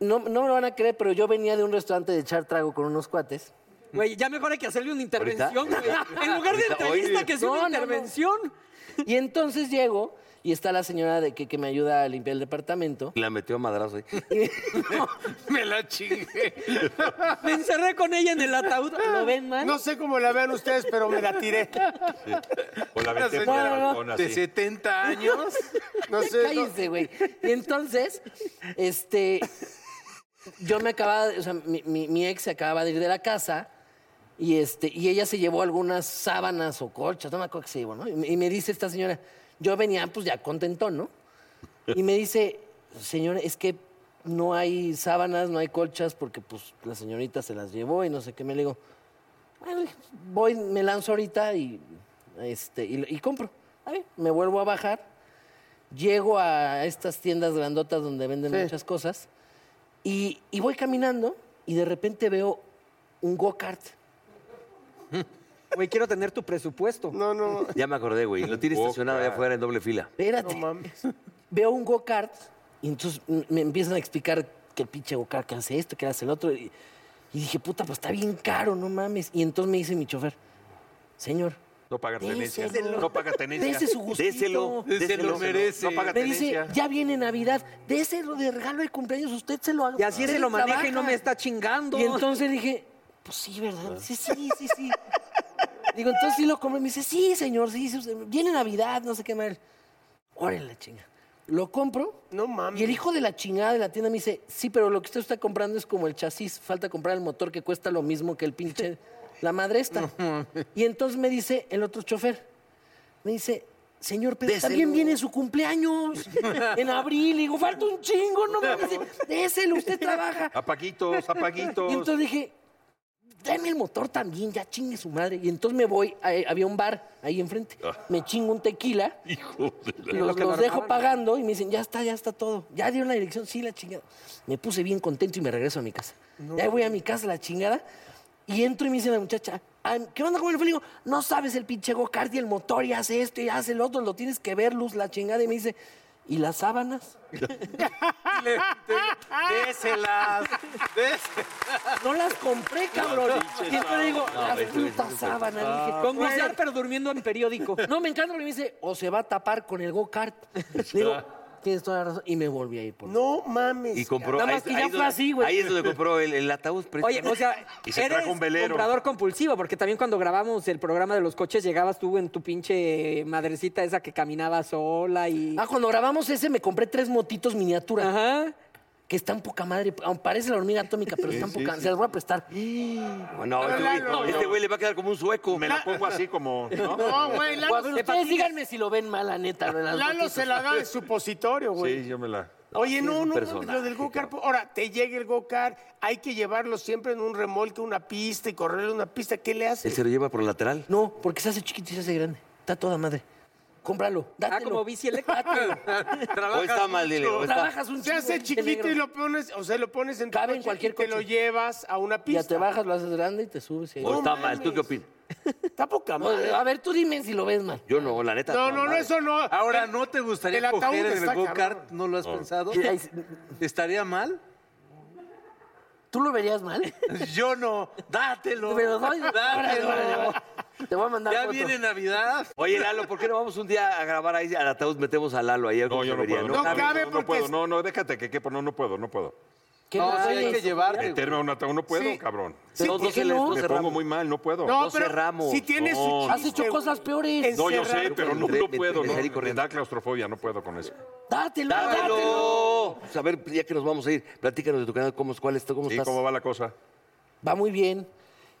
[SPEAKER 8] No, no me lo van a creer, pero yo venía de un restaurante de echar trago con unos cuates.
[SPEAKER 14] Güey, ya mejor hay que hacerle una intervención, güey.
[SPEAKER 3] [laughs]
[SPEAKER 14] En lugar de
[SPEAKER 13] Ahorita,
[SPEAKER 14] entrevista,
[SPEAKER 13] hoy-
[SPEAKER 14] que sea
[SPEAKER 8] No,
[SPEAKER 14] una
[SPEAKER 8] no, no.
[SPEAKER 14] intervención.
[SPEAKER 8] Y entonces llego y está la señora de que, que me ayuda a limpiar el departamento.
[SPEAKER 13] La metió a madrazo ahí.
[SPEAKER 9] Me la chingué.
[SPEAKER 14] Me encerré [laughs] con ella en el ataúd.
[SPEAKER 8] ¿Lo ven mal?
[SPEAKER 2] No sé cómo la vean ustedes, pero me la tiré.
[SPEAKER 4] O la vete por
[SPEAKER 9] señora
[SPEAKER 4] el balcón
[SPEAKER 9] De
[SPEAKER 4] así.
[SPEAKER 9] 70 [laughs] años.
[SPEAKER 8] [laughs]
[SPEAKER 2] No sé. no-
[SPEAKER 8] Cállense, güey. Y entonces, este, yo me acababa, de- o sea, mi, mi- mi ex se acababa de ir de la casa y, este, y ella se llevó algunas sábanas o colchas, no me acuerdo qué se llevó, ¿no? Y, me- y me dice esta señora, yo venía pues ya contentón, ¿no? Y me dice, señora, es que no hay sábanas, no hay colchas porque pues la señorita se las llevó y no sé qué. Me le digo, bueno, voy, me lanzo ahorita y, este, y, y compro. A ver, me vuelvo a bajar llego a estas tiendas grandotas donde venden muchas cosas y, y voy caminando y de repente veo un go-kart.
[SPEAKER 6] [laughs] Güey, quiero tener tu presupuesto.
[SPEAKER 2] No, no.
[SPEAKER 3] Ya me acordé, güey. Lo tiene estacionado allá afuera en doble fila.
[SPEAKER 8] Espérate. Veo un go-kart y entonces m- me empiezan a explicar que el pinche go-kart que hace esto, que hace el otro. Y, y dije, puta, pues está bien caro, no mames. Y entonces me dice mi chofer, señor.
[SPEAKER 4] No paga tenencia.
[SPEAKER 8] déselo.
[SPEAKER 4] No paga tenencia.
[SPEAKER 8] Dese su gustito.
[SPEAKER 4] Déselo. Déselo. No paga
[SPEAKER 8] Me dice,
[SPEAKER 4] tenencia.
[SPEAKER 8] ya viene Navidad, déselo de regalo de cumpleaños, usted se lo haga.
[SPEAKER 6] Y así
[SPEAKER 8] usted
[SPEAKER 6] se lo maneja
[SPEAKER 8] trabaja".
[SPEAKER 6] y no me está chingando.
[SPEAKER 8] Y entonces dije, pues sí,
[SPEAKER 4] Ah.
[SPEAKER 8] ¿verdad? Sí, sí, sí, sí. Digo, entonces sí lo compré. Me dice, sí, señor, sí, sí, usted- viene Navidad, no sé qué mal. Órale la chinga. Lo compro.
[SPEAKER 2] No mames.
[SPEAKER 8] Y el hijo de la chingada de la tienda me dice, sí, pero lo que usted está comprando es como el chasis, falta comprar el motor que cuesta lo mismo que el pinche, la madre
[SPEAKER 2] [laughs]
[SPEAKER 8] esta. y entonces me dice el otro chofer, me dice, señor, pero
[SPEAKER 15] Déselo.
[SPEAKER 8] también viene su
[SPEAKER 2] [laughs]
[SPEAKER 8] cumpleaños [laughs] en abril. Y digo,
[SPEAKER 3] [laughs]
[SPEAKER 8] falta un chingo, no mames. Dice, Déselo, usted trabaja.
[SPEAKER 4] A
[SPEAKER 8] [laughs]
[SPEAKER 4] Paquitos, a Paquitos.
[SPEAKER 8] Y entonces dije, dame el motor también, ya chingue su madre. Y entonces me voy, ahí- había un bar ahí enfrente,
[SPEAKER 2] Ah.
[SPEAKER 8] me chingo un tequila,
[SPEAKER 4] Hijo de la-
[SPEAKER 8] los, los dejo pagando y me dicen, ya está, ya está todo. Ya dieron la dirección, sí, la chingada. Me puse bien contento y me regreso a mi casa. Ya voy a mi casa, la chingada, y entro y me dice la muchacha, "Ah, ¿qué onda con el fue? Le digo, no sabes el pinche go-kart y el motor y hace esto y hace el otro, lo tienes que ver, Luz, la chingada. Y me dice, ¿y las sábanas?
[SPEAKER 9] Déselas.
[SPEAKER 8] No las compré, cabrón.
[SPEAKER 15] pinche
[SPEAKER 8] y entonces digo,
[SPEAKER 15] sábana.
[SPEAKER 8] las
[SPEAKER 15] No, eso es
[SPEAKER 8] putas
[SPEAKER 15] un
[SPEAKER 8] sábanas.
[SPEAKER 15] pecado.
[SPEAKER 8] Dije,
[SPEAKER 6] Con
[SPEAKER 8] güey.
[SPEAKER 6] gusar, pero durmiendo en periódico.
[SPEAKER 8] No, me encanta porque me dice, o se va a tapar con
[SPEAKER 15] [laughs]
[SPEAKER 8] el go-kart. digo, tienes toda la razón. Y me volví a ir por
[SPEAKER 2] No mames.
[SPEAKER 3] Y compró.
[SPEAKER 8] Nada
[SPEAKER 3] ahí
[SPEAKER 8] más
[SPEAKER 3] es-
[SPEAKER 8] que ya
[SPEAKER 3] ahí es
[SPEAKER 8] fue
[SPEAKER 3] donde-
[SPEAKER 8] así, güey.
[SPEAKER 3] Ahí es donde compró el, el ataúd. pues.
[SPEAKER 6] Oye, o sea,
[SPEAKER 3] [laughs] Y se
[SPEAKER 6] eres
[SPEAKER 3] trajo un velero.
[SPEAKER 6] comprador compulsivo, porque también cuando grabamos el programa de los coches llegabas tú en tu pinche madrecita esa que caminaba sola y...
[SPEAKER 8] Ah, cuando grabamos ese me compré tres motitos miniatura. Ajá. Que están poca madre. aun Parece la hormiga atómica, pero están poca. Se las voy a prestar.
[SPEAKER 3] [gasps] No, este güey, este güey le va a quedar como un sueco. Me
[SPEAKER 4] la pongo así como.
[SPEAKER 2] No, güey, Lalo,
[SPEAKER 8] O a ver,
[SPEAKER 2] se-
[SPEAKER 8] ustedes díganme si lo ven mal, la neta. lo de las
[SPEAKER 2] [laughs] Lalo
[SPEAKER 8] motitos.
[SPEAKER 2] se la da de supositorio, güey.
[SPEAKER 4] Sí, yo me la.
[SPEAKER 2] Oye,
[SPEAKER 8] sí, es
[SPEAKER 2] no,
[SPEAKER 8] un
[SPEAKER 2] no,
[SPEAKER 8] personaje,
[SPEAKER 2] lo del go-kart. Ahora, te llega el go-kart, hay que llevarlo siempre en un remolque, una pista y correrle una pista. ¿Qué le hace?
[SPEAKER 3] Él se lo lleva [laughs] por el lateral.
[SPEAKER 8] No, porque se hace chiquito y se hace grande. Está toda madre. Cómpralo. Dátelo.
[SPEAKER 6] Ah, como bici eléctrica.
[SPEAKER 2] [laughs]
[SPEAKER 3] O está mal, dile. o está-
[SPEAKER 8] Trabajas un
[SPEAKER 2] Se hace
[SPEAKER 8] chingo, pinche
[SPEAKER 2] chiquito
[SPEAKER 8] negro.
[SPEAKER 2] y lo pones, o sea, lo pones en tu
[SPEAKER 8] Cabe en
[SPEAKER 2] coche
[SPEAKER 8] cualquier
[SPEAKER 2] y te lo
[SPEAKER 8] coche.
[SPEAKER 2] llevas a una
[SPEAKER 8] Ya
[SPEAKER 2] pista.
[SPEAKER 8] te bajas, lo haces grande y te subes. y ahí-
[SPEAKER 3] O está mal. ¿Tú qué opinas?
[SPEAKER 2] Está poca
[SPEAKER 8] No,
[SPEAKER 2] madre.
[SPEAKER 8] a ver, tú dime si lo ves mal.
[SPEAKER 3] Yo no, la neta.
[SPEAKER 2] No, no, no, eso no.
[SPEAKER 9] Ahora, ¿no te gustaría
[SPEAKER 2] El ataúd
[SPEAKER 9] coger en
[SPEAKER 2] está
[SPEAKER 9] el go-kart?
[SPEAKER 2] cabrón.
[SPEAKER 9] ¿No lo
[SPEAKER 13] Oh.
[SPEAKER 9] has pensado?
[SPEAKER 8] Ay,
[SPEAKER 9] ¿Estaría mal?
[SPEAKER 8] ¿Tú lo verías [laughs] mal?
[SPEAKER 9] Yo no. Dátelo.
[SPEAKER 8] Pero doy- Órale, órale,
[SPEAKER 9] Dátelo.
[SPEAKER 8] órale. Te voy a mandar
[SPEAKER 9] Ya
[SPEAKER 8] foto.
[SPEAKER 9] viene Navidad.
[SPEAKER 3] Oye, Lalo, ¿por qué no vamos un día a grabar ahí al ataúd? Metemos a Lalo ahí. a ver
[SPEAKER 4] No,
[SPEAKER 3] cómo
[SPEAKER 4] yo
[SPEAKER 3] se
[SPEAKER 4] no
[SPEAKER 3] vería,
[SPEAKER 4] puedo. No,
[SPEAKER 3] Cabe.
[SPEAKER 2] cabe
[SPEAKER 4] no,
[SPEAKER 2] porque
[SPEAKER 4] puedo.
[SPEAKER 2] es-
[SPEAKER 4] No, no, déjate que quepa. No, no puedo, no puedo.
[SPEAKER 8] ¿Qué
[SPEAKER 9] No,
[SPEAKER 8] más
[SPEAKER 9] sí hay
[SPEAKER 8] oyes?
[SPEAKER 9] que llevarte.
[SPEAKER 4] Meterme a un ataúd no puedo, cabrón.
[SPEAKER 2] Sí,
[SPEAKER 3] No,
[SPEAKER 2] ¿por
[SPEAKER 3] no
[SPEAKER 2] qué
[SPEAKER 3] se les-
[SPEAKER 2] no?
[SPEAKER 3] no
[SPEAKER 4] Me
[SPEAKER 3] se
[SPEAKER 4] pongo
[SPEAKER 3] ramos.
[SPEAKER 4] muy mal, no puedo.
[SPEAKER 2] No,
[SPEAKER 3] no
[SPEAKER 2] pero
[SPEAKER 3] cerramos.
[SPEAKER 2] si tienes su
[SPEAKER 4] No.
[SPEAKER 2] chiste,
[SPEAKER 8] Has hecho
[SPEAKER 2] güey.
[SPEAKER 8] cosas peores.
[SPEAKER 4] No, yo sé,
[SPEAKER 2] Encerrado.
[SPEAKER 4] pero no,
[SPEAKER 3] Entré-
[SPEAKER 4] no puedo.
[SPEAKER 3] me-
[SPEAKER 4] No,
[SPEAKER 3] me salí
[SPEAKER 4] me
[SPEAKER 3] corriendo.
[SPEAKER 4] da claustrofobia, no puedo con eso.
[SPEAKER 8] Dátelo, dátelo.
[SPEAKER 3] ¡Dátelo! Pues, a ver, ya que nos vamos a ir, platícanos de tu canal, ¿cómo, cuál es, cómo
[SPEAKER 4] ¿Y
[SPEAKER 3] estás?
[SPEAKER 4] cómo va la cosa?
[SPEAKER 8] Va muy bien.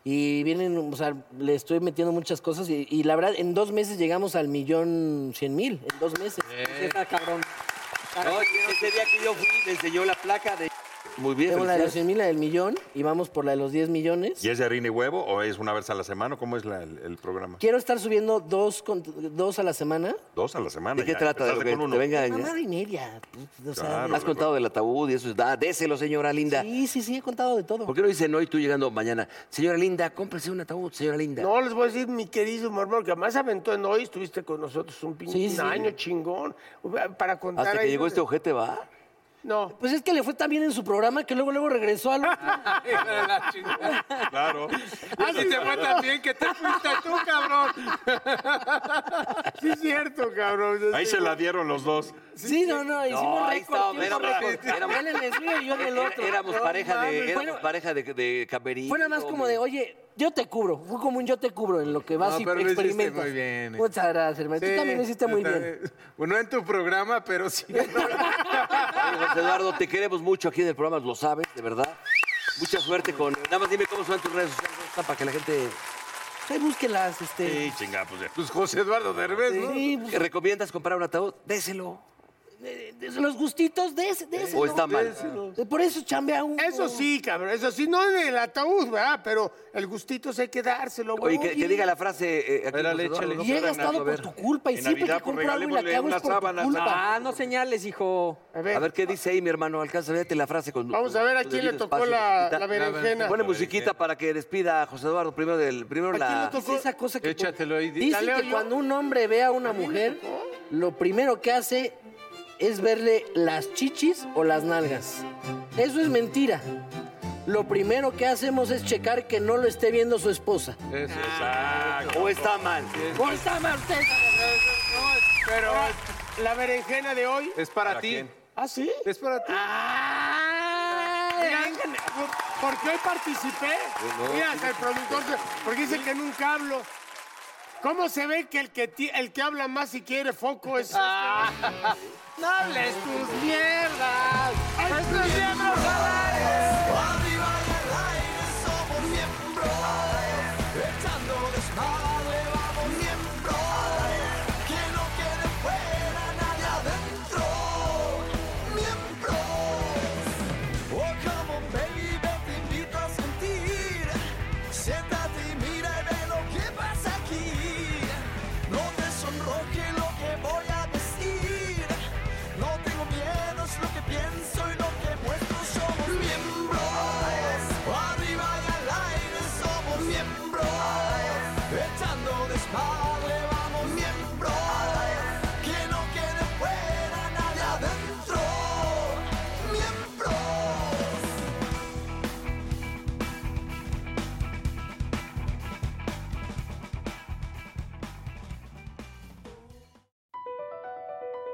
[SPEAKER 8] Y vienen, o sea, le estoy metiendo muchas cosas. Y, y la verdad, en dos meses llegamos al millón cien mil. En dos meses.
[SPEAKER 6] Está cabrón.
[SPEAKER 3] Eh. No, ese día que yo fui, le enseñó la placa de... Muy bien,
[SPEAKER 8] Tengo la de
[SPEAKER 3] felicidades.
[SPEAKER 8] los 100 mil, la del millón. Y vamos por la de los 10 millones.
[SPEAKER 4] ¿Y es de harina y huevo o es una vez a la semana? ¿Cómo es la- el, el programa?
[SPEAKER 8] Quiero estar subiendo dos, con- dos a la semana.
[SPEAKER 4] Dos a la semana.
[SPEAKER 3] ¿De qué
[SPEAKER 4] ya.
[SPEAKER 3] trata? De lo
[SPEAKER 4] Empezaste
[SPEAKER 3] que
[SPEAKER 4] con uno.
[SPEAKER 3] te venga a engañar.
[SPEAKER 8] Mamada y media. O sea,
[SPEAKER 4] Claro.
[SPEAKER 3] Has contado del ataúd y eso es... da- déselo, señora linda.
[SPEAKER 8] Sí, sí, sí, he contado de todo.
[SPEAKER 3] ¿Por qué no dicen hoy tú llegando mañana? Señora linda, cómprese un ataúd, señora linda.
[SPEAKER 2] No, les voy a decir, mi querido Marmor, que además aventó en hoy, estuviste con nosotros un pinche
[SPEAKER 8] Sí, sí.
[SPEAKER 2] un año chingón. Para contar.
[SPEAKER 3] Hasta que
[SPEAKER 2] ahí
[SPEAKER 3] llegó
[SPEAKER 2] lo-
[SPEAKER 3] este
[SPEAKER 2] [laughs]
[SPEAKER 3] ojete, ¿va?
[SPEAKER 2] No.
[SPEAKER 8] Pues es que le fue tan bien en su programa que luego, luego regresó [laughs] al...
[SPEAKER 4] Claro.
[SPEAKER 2] Ah,
[SPEAKER 9] Así te fue tan bien que te fuiste tú,
[SPEAKER 2] [laughs]
[SPEAKER 9] cabrón.
[SPEAKER 2] Sí, es cierto, cabrón.
[SPEAKER 4] Ahí se la dieron los dos.
[SPEAKER 8] Sí, no, no, hicimos
[SPEAKER 3] ahí
[SPEAKER 8] récord.
[SPEAKER 3] estaba,
[SPEAKER 8] hicimos
[SPEAKER 3] éramos-
[SPEAKER 8] récord.
[SPEAKER 3] éramos-
[SPEAKER 8] Él en el suyo y yo en el otro.
[SPEAKER 3] [laughs] Éramos
[SPEAKER 8] No
[SPEAKER 3] pareja
[SPEAKER 8] mames.
[SPEAKER 3] de,
[SPEAKER 8] Fue-
[SPEAKER 3] éramos pareja de, de camerino.
[SPEAKER 8] Fue nada más como de, oye, yo te cubro. Fue como un yo te cubro en lo que vas
[SPEAKER 9] No,
[SPEAKER 8] y
[SPEAKER 9] pero lo hiciste
[SPEAKER 8] experimentas.
[SPEAKER 9] muy bien. eh.
[SPEAKER 8] Muchas gracias, hermano. Tú también lo hiciste muy
[SPEAKER 9] está
[SPEAKER 8] bien.
[SPEAKER 9] Bueno, en tu programa, pero sí.
[SPEAKER 3] Oye, José Eduardo, te queremos mucho aquí en el programa, lo sabes, de verdad. Mucha suerte con. Nada más dime cómo son tus redes sociales Rosa, para que la gente.
[SPEAKER 8] Ahí búsquelas, este...
[SPEAKER 4] Sí, chinga, pues ya.
[SPEAKER 9] Pues José Eduardo Derbez, ¿no?
[SPEAKER 8] Sí,
[SPEAKER 3] ¿Que ¿Recomiendas comprar un ataúd? Déselo.
[SPEAKER 8] eh, de los gustitos de ese. De ese
[SPEAKER 2] O
[SPEAKER 8] ¿no?
[SPEAKER 2] está mal.
[SPEAKER 8] De ese, ¿no? Por eso chambea uno.
[SPEAKER 2] Eso sí, cabrón, eso sí, no en el ataúd, ¿verdad? Pero el gustito sí hay que dárselo, güey.
[SPEAKER 13] Oye, que, que diga la frase. eh, aquí nosotros, no,
[SPEAKER 2] Y he
[SPEAKER 13] no,
[SPEAKER 2] gastado
[SPEAKER 13] a
[SPEAKER 2] por
[SPEAKER 13] ver.
[SPEAKER 2] tu
[SPEAKER 8] culpa
[SPEAKER 14] y En siempre Navidad, pues, que
[SPEAKER 8] compro algo y la cago es por tu culpa.
[SPEAKER 14] Ah, no señales, hijo.
[SPEAKER 2] A
[SPEAKER 13] ver, qué dice ahí, mi hermano. Alcanza, véate la frase con.
[SPEAKER 14] Vamos a ver a
[SPEAKER 13] con
[SPEAKER 14] quién
[SPEAKER 13] debido
[SPEAKER 14] le tocó
[SPEAKER 13] espacio,
[SPEAKER 14] la-
[SPEAKER 13] musiquita.
[SPEAKER 14] la berenjena.
[SPEAKER 13] Ponle musiquita para que despida a José Eduardo primero del. Primero la.
[SPEAKER 8] Es esa cosa que
[SPEAKER 9] Échatelo ahí. di-
[SPEAKER 8] Dicen que cuando un hombre ve a una mujer, lo primero que hace es verle las chichis o las nalgas. Eso es mentira. Lo primero que hacemos es checar que no lo esté viendo su esposa.
[SPEAKER 14] Ah.
[SPEAKER 13] O está mal.
[SPEAKER 8] O está mal usted.
[SPEAKER 2] Pero la berenjena de hoy.
[SPEAKER 9] Es para, ti.
[SPEAKER 2] ¿Ah, sí?
[SPEAKER 9] Es para ti.
[SPEAKER 2] Mira, porque hoy participé.
[SPEAKER 9] Pues no,
[SPEAKER 2] Mira,
[SPEAKER 9] sí,
[SPEAKER 2] el productor, porque dice que nunca hablo. ¿Cómo se ve que el que, ti- el que habla más y quiere foco es... este? ¡No hables tus mierdas! ¡Estos miembros
[SPEAKER 12] Oh, come on, baby, te invito a sentir. Siéntate y mira y ve lo que pasa aquí. No te sonroje lo que voy a decir. No tengo miedo, es lo que pienso y lo que muestro. Somos miembros. Arriba y al aire somos miembros. Echando desmadre, vamos miembros. Que no quede fuera nadie adentro. Miembros.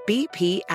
[SPEAKER 16] BP